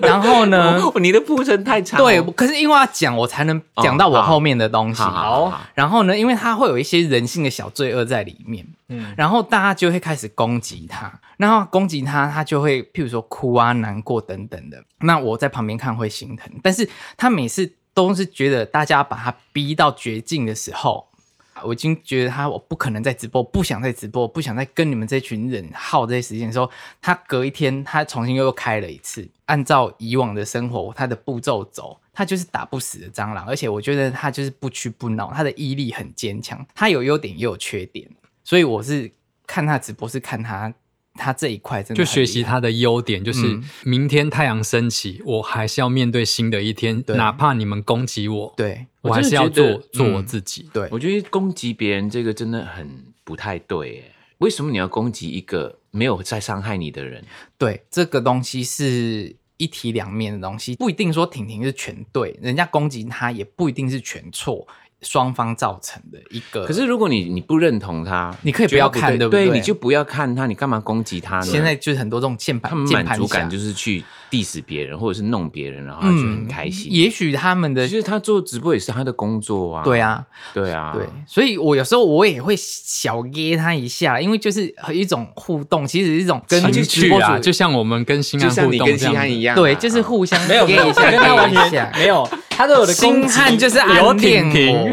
Speaker 3: 然后 呢，
Speaker 2: 哦，你的铺陈太长了。
Speaker 3: 嗯对，可是因为要讲，我才能讲到我后面的东西。
Speaker 2: 哦哦好好好好
Speaker 3: 然后呢，因为他会有一些人性的小罪恶在里面，嗯
Speaker 4: 嗯，
Speaker 3: 然后大家就会开始攻击他，然后攻击他，他就会譬如说哭啊、难过等等的。那我在旁边看会心疼，但是他每次都是觉得大家把他逼到绝境的时候。啊我已经觉得他，我不可能再直播，不想再直播，不想再跟你们这群人耗这些时间的时候，他隔一天他重新又开了一次，按照以往的生活他的步骤走，他就是打不死的蟑螂，而且我觉得他就是不屈不挠，他的毅力很坚强，他有优点也有缺点，所以我是看他直播是看他他这一块真的
Speaker 4: 就
Speaker 3: 很
Speaker 4: 学习
Speaker 3: 厉害
Speaker 4: 他的优点，就是
Speaker 3: 嗯
Speaker 4: 明天太阳升起，我还是要面对新的一天，
Speaker 3: 对
Speaker 4: 哪怕你们攻击我，
Speaker 3: 对
Speaker 4: 我还是要
Speaker 2: 我真的觉
Speaker 4: 做
Speaker 2: 得
Speaker 4: 做
Speaker 3: 嗯
Speaker 4: 我自己。
Speaker 3: 对
Speaker 2: 我觉得攻击别人这个真的很不太对耶。为什么你要攻击一个没有在伤害你的人？
Speaker 3: 对，这个东西是一体两面的东西，不一定说婷婷是全对，人家攻击他也不一定是全错，双方造成的一个。
Speaker 2: 可是如果你呃你不认同他，
Speaker 3: 你可以不要看对
Speaker 2: 觉得
Speaker 3: 不
Speaker 2: 不对
Speaker 3: 对
Speaker 2: 你就不要看他，你干嘛攻击他呢？
Speaker 3: 现在就是很多这种键
Speaker 2: 他
Speaker 3: 盘
Speaker 2: 们
Speaker 3: 键
Speaker 2: 满
Speaker 3: 盘
Speaker 2: 足
Speaker 3: 侠嗯
Speaker 2: 感就是去 diss 别人，或者是弄别人，然后他就很开心。
Speaker 3: 也许他们的
Speaker 2: 其实他做直嗯播也是他的工作啊。
Speaker 3: 对啊，
Speaker 2: 对啊，
Speaker 3: 对，所以我有时候我也会小噎他一下，因为就是一种互动，其实是一种跟
Speaker 4: 情
Speaker 3: 直
Speaker 4: 绪
Speaker 3: 播
Speaker 4: 啊，
Speaker 3: 主
Speaker 4: 就像我们跟新
Speaker 2: 就
Speaker 4: 安
Speaker 2: 像
Speaker 4: 互
Speaker 2: 你
Speaker 4: 动
Speaker 2: 跟
Speaker 4: 这
Speaker 2: 西
Speaker 4: 样
Speaker 2: 安
Speaker 4: 子
Speaker 2: 一。样啊，
Speaker 3: 对，就是互相
Speaker 1: 没有
Speaker 3: gay 一下
Speaker 1: 跟他
Speaker 3: gay
Speaker 1: 完
Speaker 3: 一
Speaker 1: 全
Speaker 3: 下。
Speaker 1: 没有，他对我的攻
Speaker 3: 星
Speaker 1: 击
Speaker 3: 汉就是
Speaker 1: 有
Speaker 3: 暗恋
Speaker 1: 婷婷，
Speaker 3: 我，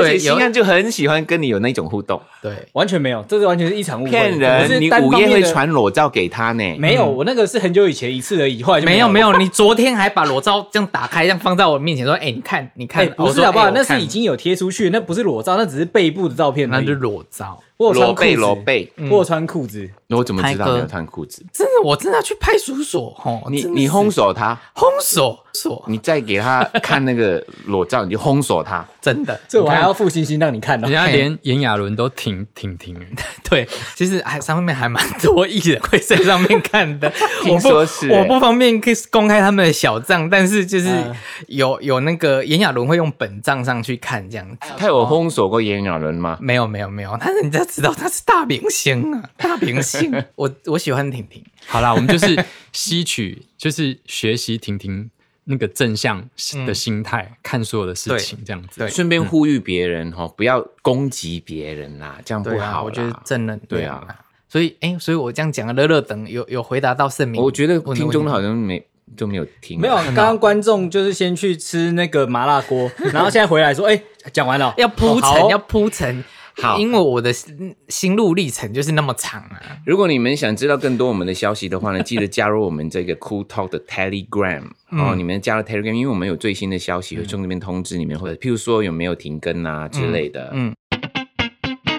Speaker 2: 而且
Speaker 3: 对，
Speaker 2: 西
Speaker 3: 有
Speaker 2: 安就很喜欢跟你有那种互动，
Speaker 3: 对，
Speaker 1: 完全没有，这是完全是一场误会，
Speaker 2: 骗
Speaker 1: 我是
Speaker 2: 人！你
Speaker 1: 单
Speaker 2: 午
Speaker 1: 方
Speaker 2: 夜
Speaker 1: 面
Speaker 2: 会
Speaker 1: 的
Speaker 2: 传裸照给他呢。
Speaker 1: 没有，我那个是很久以前一次而已，后来就
Speaker 3: 没有
Speaker 1: 有
Speaker 3: 没
Speaker 1: 有。
Speaker 3: 有，你昨天还把裸照这样打开，这样放在我面前说，哎，你 看你
Speaker 1: 哎、
Speaker 3: 看，
Speaker 1: 不
Speaker 3: 我
Speaker 1: 是
Speaker 3: 说
Speaker 1: 好不好？
Speaker 3: 哎
Speaker 1: 那
Speaker 3: 我看
Speaker 1: 是已经有贴出去，那不是裸照，那只是背部的照片而
Speaker 3: 那
Speaker 1: 已。
Speaker 3: 就裸照，
Speaker 1: 我有穿
Speaker 2: 裸
Speaker 1: 裤子
Speaker 2: 背裸，背，
Speaker 1: 我有穿裤子，
Speaker 2: 我怎么知
Speaker 3: 拍
Speaker 2: 道
Speaker 3: 歌
Speaker 2: 你要穿裤子？
Speaker 3: 真的我真的要去派出所吼，
Speaker 2: 你
Speaker 3: 真的
Speaker 2: 你
Speaker 3: 是
Speaker 2: 轰手他，
Speaker 3: 轰手所
Speaker 2: 你再给他看那个裸照，你就轰手 他。
Speaker 3: 真的，
Speaker 1: 这我还
Speaker 3: 你看
Speaker 1: 要付星星让你看哦
Speaker 4: 人。家连炎亚纶都挺挺欸挺，
Speaker 3: 对，其实还上面还蛮多艺人会在上面 看的，我
Speaker 2: 听
Speaker 3: 不
Speaker 2: 说是
Speaker 3: 我不方便公开他们的小账，但是就是
Speaker 1: 嗯
Speaker 3: 有、有那个炎亚纶会用本账上去看这样子。
Speaker 2: 他有轰手过炎亚纶吗？
Speaker 3: 没有没有没有，但是人家知道他是大明星啊，大明星。 我我喜欢婷婷，
Speaker 4: 好啦，我们就是吸取，就是学习婷婷那个正向的心态、看所有的事情，这样子。
Speaker 3: 对嗯
Speaker 2: 顺便呼吁别人哈，不要攻击别人啦，这样不
Speaker 3: 对啊，
Speaker 2: 好。
Speaker 3: 我觉得，正能量
Speaker 2: 对啊。
Speaker 3: 所以哎、所以我这样讲，乐乐等有有回答到盛明，
Speaker 2: 我觉得
Speaker 3: 问的
Speaker 2: 听
Speaker 3: 问
Speaker 2: 众
Speaker 3: 题
Speaker 2: 好像没就没有听，啊
Speaker 1: 没有，刚刚观众就是先去吃那个麻辣 锅，然后现在回来说，哎、讲完了，
Speaker 3: 要铺
Speaker 1: 哦
Speaker 3: 陈、
Speaker 1: 好哦
Speaker 3: 要铺陈，
Speaker 2: 好
Speaker 3: 因为我的心心路历程就是那么长啊。
Speaker 2: 如果你们想知道更多我们的消息 的话呢，记得加入我们这个 Cool Talk 的 Telegram 哦。
Speaker 3: 嗯
Speaker 2: 你们加入 Telegram，因为我们有最新的消息会从那边通知你们，或者譬如说有没有停更啊之类的。
Speaker 3: 嗯，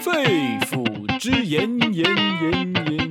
Speaker 5: 肺腑之言，言言言言言言。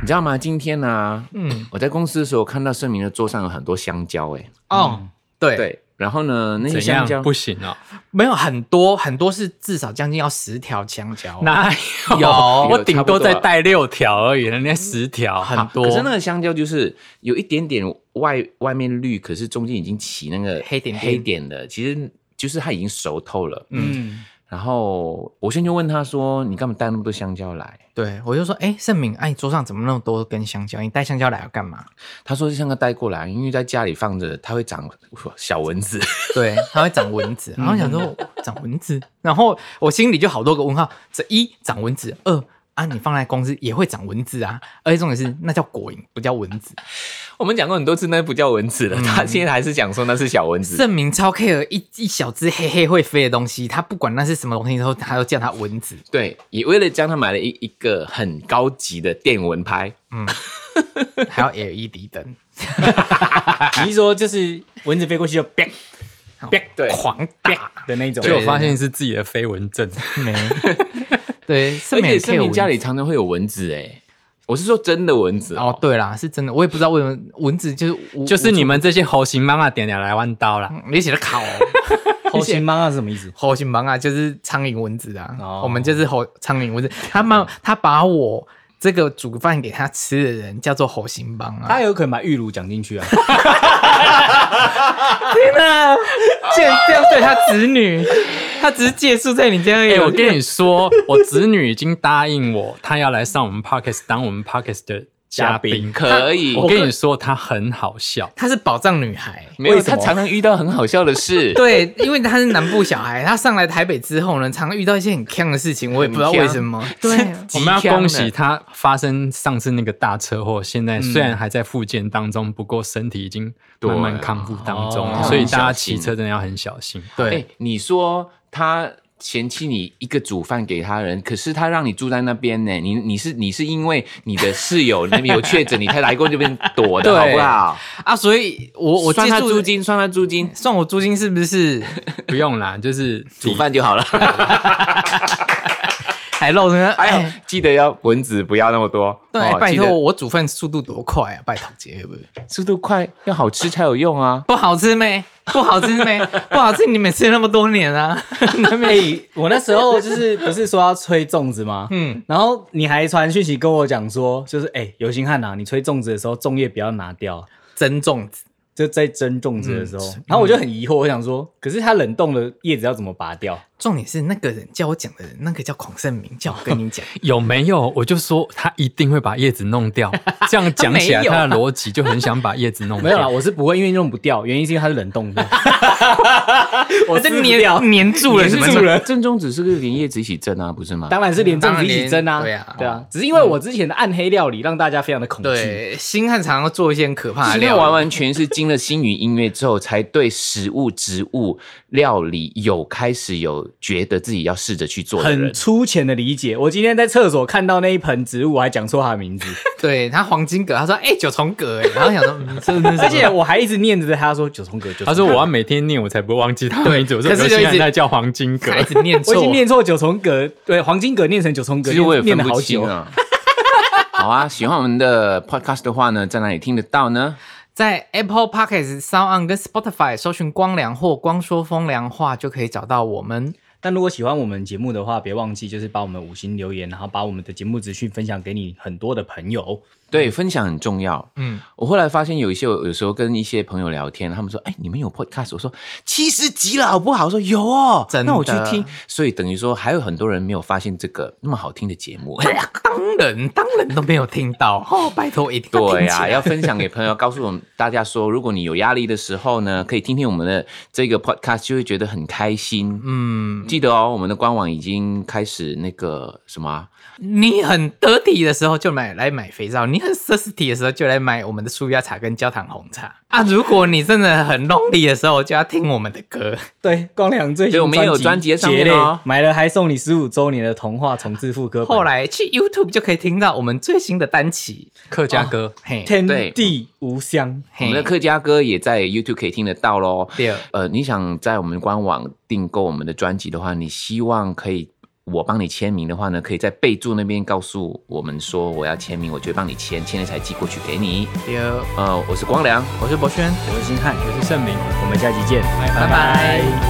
Speaker 2: 你知道吗？今天呢、啊
Speaker 3: 嗯，
Speaker 2: 我在公司的时候看到盛明的桌上有很多香蕉、欸，
Speaker 3: 哦，对，
Speaker 2: 对，然后呢，那些
Speaker 4: 怎
Speaker 2: 香蕉
Speaker 4: 样不行啊？
Speaker 3: 没有很多很多是至少将近要十条香蕉， 啊
Speaker 4: 哪
Speaker 3: 有
Speaker 4: 哦有？
Speaker 2: 有
Speaker 4: 我顶多再
Speaker 2: 差不多啊
Speaker 4: 带六条而已，人家十条。
Speaker 3: 很多
Speaker 2: 可是那个香蕉就是有一点点外外面绿，可是中间已经起那个
Speaker 3: 黑点点
Speaker 2: 黑点的，其实就是它已经熟透了。
Speaker 1: 嗯，
Speaker 2: 然后我先就问他说：“你干嘛带那么多香蕉来
Speaker 3: 对我就说，哎，盛敏，哎、你桌上怎么那么多根香蕉？你带香蕉来要干嘛？？”
Speaker 2: 他说：“香蕉带过来，因为在家里放着，它会长小蚊 子。
Speaker 3: 对，它会长蚊子。然后想说长蚊子，然后我心里就好多个问号：这一长蚊子，二啊，你放在公司也会长蚊子啊。而且重点是，那叫果蝇，不叫蚊子。
Speaker 2: 我们讲过很多次，那不叫蚊子
Speaker 3: 嗯
Speaker 2: 了，他现在还是讲说那是小蚊 子。
Speaker 3: 盛明超 care 一一小只黑黑会飞的东西，他不管那是什么东西之后，他都叫它蚊子。
Speaker 2: 对，也为了这样，他买了一一个很高级的电蚊拍。
Speaker 3: 还有 LED 灯，
Speaker 1: 你是说就是蚊子飞过去就 b
Speaker 2: 对
Speaker 3: 狂打，
Speaker 1: 的那种，
Speaker 4: 结果
Speaker 3: 对
Speaker 4: 发现是自己的飞蚊 症，
Speaker 3: 没，对，是
Speaker 2: 而
Speaker 3: 没
Speaker 2: 且
Speaker 3: 有
Speaker 2: 森
Speaker 3: K
Speaker 2: 林
Speaker 3: 蚊
Speaker 2: 家里常常会有蚊子哎、我是说真的蚊子
Speaker 3: 哦，对啦，是真的，我也不知道为什么蚊子就是无
Speaker 4: 就是你们这些猴形妈妈点点来弯刀 啦。
Speaker 3: 无你写的考、哦。
Speaker 1: 猴形帮啊是什么意思？
Speaker 3: 猴形蟒啊，就是苍蝇蚊子啊。
Speaker 1: 哦
Speaker 3: 我们就是猴苍蝇蚊子，他们他把我这个煮饭给他吃的人叫做猴形蟒
Speaker 2: 哎
Speaker 3: 啊。
Speaker 1: 他有可能把玉乳讲进去 啊，
Speaker 3: 天哪、竟然这样对他子女， 他只是借宿在你家而已。
Speaker 4: 哎、我跟你说，我子女已经答应我，她要来上我们 podcast 当我们 podcast 的嘉宾。
Speaker 2: 可以。
Speaker 4: 我跟你说，她很好笑。
Speaker 3: 她是宝藏女孩。
Speaker 2: 没有，
Speaker 1: 为什
Speaker 2: 他
Speaker 1: 么
Speaker 2: 常常遇到很好笑的 事。
Speaker 3: 对，因为她是南部小孩，她上来台北之后呢，常常遇到一些很坑的事情，我也不知道为什么。对，
Speaker 4: 我
Speaker 2: 极
Speaker 4: 们要
Speaker 2: 强
Speaker 4: 恭
Speaker 2: 的
Speaker 4: 喜她发生上次那个大车祸，现在虽然还在复健当中，不过身体已经慢慢
Speaker 2: 对
Speaker 4: 康复当中，
Speaker 1: 哦
Speaker 4: 所以大
Speaker 2: 要
Speaker 4: 家
Speaker 2: 小心
Speaker 4: 骑车真的要很小心。
Speaker 2: 哎、
Speaker 3: 对，
Speaker 2: 你说他嫌弃你一个煮饭给他人，可是他让你住在那边呢？你你是你是因为你的室友那边有确诊，你才来过这边躲的
Speaker 3: 对
Speaker 2: 好不好？
Speaker 3: 啊，所以我我
Speaker 2: 算
Speaker 3: 借
Speaker 2: 他
Speaker 3: 宿
Speaker 2: 租，金，算他租金，
Speaker 3: 算我租金是不是？
Speaker 4: 不用啦，就是
Speaker 2: 煮饭就好了。
Speaker 3: 还漏呢？
Speaker 2: 哎
Speaker 3: 哎
Speaker 2: 呀，，记得要蚊子不要那么多。
Speaker 3: 对，哎
Speaker 2: 哦
Speaker 3: 拜
Speaker 2: 记得
Speaker 3: 托，我煮饭速度多快啊！拜托姐，会不会？
Speaker 2: 速度快，要好吃才有用啊。
Speaker 3: 不好吃没？不好吃没？不好吃，你们吃那么多年啊！
Speaker 1: 哎，我那时候就是不是说要吹粽子吗？嗯，然后你还传讯息跟我讲说，就是哎，有心汉啊，你吹粽子的时候粽叶不要拿掉，
Speaker 3: 蒸粽子，
Speaker 1: 就在蒸粽子的时候，然后我就很疑惑，我想说，可是它冷冻的叶子要怎么拔掉？
Speaker 3: 重点是那个人叫我讲的人，那个叫孔圣明，叫我跟你 讲。
Speaker 4: 有没有？我就说她一定会把叶子弄掉。这样讲起来，
Speaker 3: 没有
Speaker 4: 她
Speaker 3: 啊
Speaker 4: 的逻辑就很想把叶子 弄
Speaker 1: 没有啦，
Speaker 4: 掉。
Speaker 1: 我是不会，因为弄不掉，原因是因为它是冷冻的，我
Speaker 3: 这
Speaker 1: 撕不
Speaker 3: 黏
Speaker 1: 掉，
Speaker 3: 黏住了，
Speaker 1: 黏
Speaker 3: 什
Speaker 1: 住
Speaker 3: 么
Speaker 1: 了
Speaker 2: 正 正宗只是个连叶子一起蒸啊，不是吗？
Speaker 1: 当然是连粽子一起蒸啊，
Speaker 3: 当然连对啊
Speaker 1: 对啊，只是因为我之前的暗黑料理让大家非常的恐惧，
Speaker 3: 对，星汉常常做一些很可怕的
Speaker 2: 是因为
Speaker 3: 料理，
Speaker 2: 完完全是经了星云音乐之后，才对食物、植物、料理有开始有觉得自己要试着去做的
Speaker 1: 很
Speaker 2: 人。
Speaker 1: 粗浅的理解。我今天在厕所看到那一盆植物，我还讲错它的名字，
Speaker 3: 对他黄金葛，他说：“哎、九重葛。”哎，然后想说，嗯真的是，
Speaker 1: 而且我还一直念着他说九重葛，九重葛
Speaker 4: 她说我要每天念，我才不会忘记她的名字。我说
Speaker 3: 可是
Speaker 4: 有
Speaker 3: 就
Speaker 4: 些
Speaker 3: 一
Speaker 4: 人
Speaker 3: 直
Speaker 4: 在叫黄金葛，
Speaker 3: 孩子念
Speaker 1: 我已经
Speaker 3: 错，
Speaker 1: 念错九重葛，对，黄金葛念成九重葛，
Speaker 2: 其实我也
Speaker 1: 念
Speaker 2: 分
Speaker 1: 了
Speaker 2: 不
Speaker 1: 好
Speaker 2: 清
Speaker 1: 久。
Speaker 2: 啊。 好啊，喜欢我们的 podcast 的话呢，在哪里听得到呢？
Speaker 3: 在 Apple Podcast、Sound On 跟 Spotify 搜寻“光良”或“光说风凉话”就可以找到我们。
Speaker 1: 但如果喜欢我们节目的话，别忘记就是把我们五星留言，然后把我们的节目资讯分享给你很多的朋友。
Speaker 2: 对，分享很重要。
Speaker 3: 嗯，
Speaker 2: 我后来发现有一些，有时候跟一些朋友聊天，他们说：“哎，你们有 podcast？” 我说：“七十集了，好不好？”我说：“有哦。”
Speaker 3: 真的
Speaker 2: 那我去听。所以等于说，还有很多人没有发现这个那么好听的节目。
Speaker 3: 当然，当然都没有听到哦，拜托一定要
Speaker 2: 对
Speaker 3: 听起
Speaker 2: 呀、
Speaker 3: 来。
Speaker 2: 要分享给朋友，告诉我们大家说，如果你有压力的时候呢，可以听听我们的这个 podcast，就会觉得很开心。
Speaker 3: 嗯，
Speaker 2: 记得哦，我们的官网已经开始那个什么啊，
Speaker 3: 你很得体的时候就买来买肥皂，你很奢侈体的时候就来买我们的舒压茶跟焦糖红茶啊。如果你真的很 lonely 的时候，就要听我们的 歌。
Speaker 1: 对，光良最新
Speaker 2: 对我们也有专辑在上面哦
Speaker 1: 杰类买了还送你十五周年的童话重置复刻版。
Speaker 3: 后来去 YouTube 就可以听到我们最新的单曲。
Speaker 4: 客家歌。
Speaker 3: 嘿，
Speaker 1: 天
Speaker 2: 对
Speaker 1: 地无香，
Speaker 2: 我
Speaker 3: 嘿
Speaker 2: 们的客家歌也在 YouTube 可以听得到喽。
Speaker 3: 对
Speaker 2: 呃，你想在我们官网订购我们的专辑的话，你希望可以我帮你签名的话呢，可以在备注那边告诉我们说我要签名，我就会帮你签，签了才寄过去给你。
Speaker 3: 对，
Speaker 2: 呃，我是光良。
Speaker 3: 我是博轩。
Speaker 1: 我是星汉，我是盛明，我们下期见，
Speaker 3: 拜拜
Speaker 1: 拜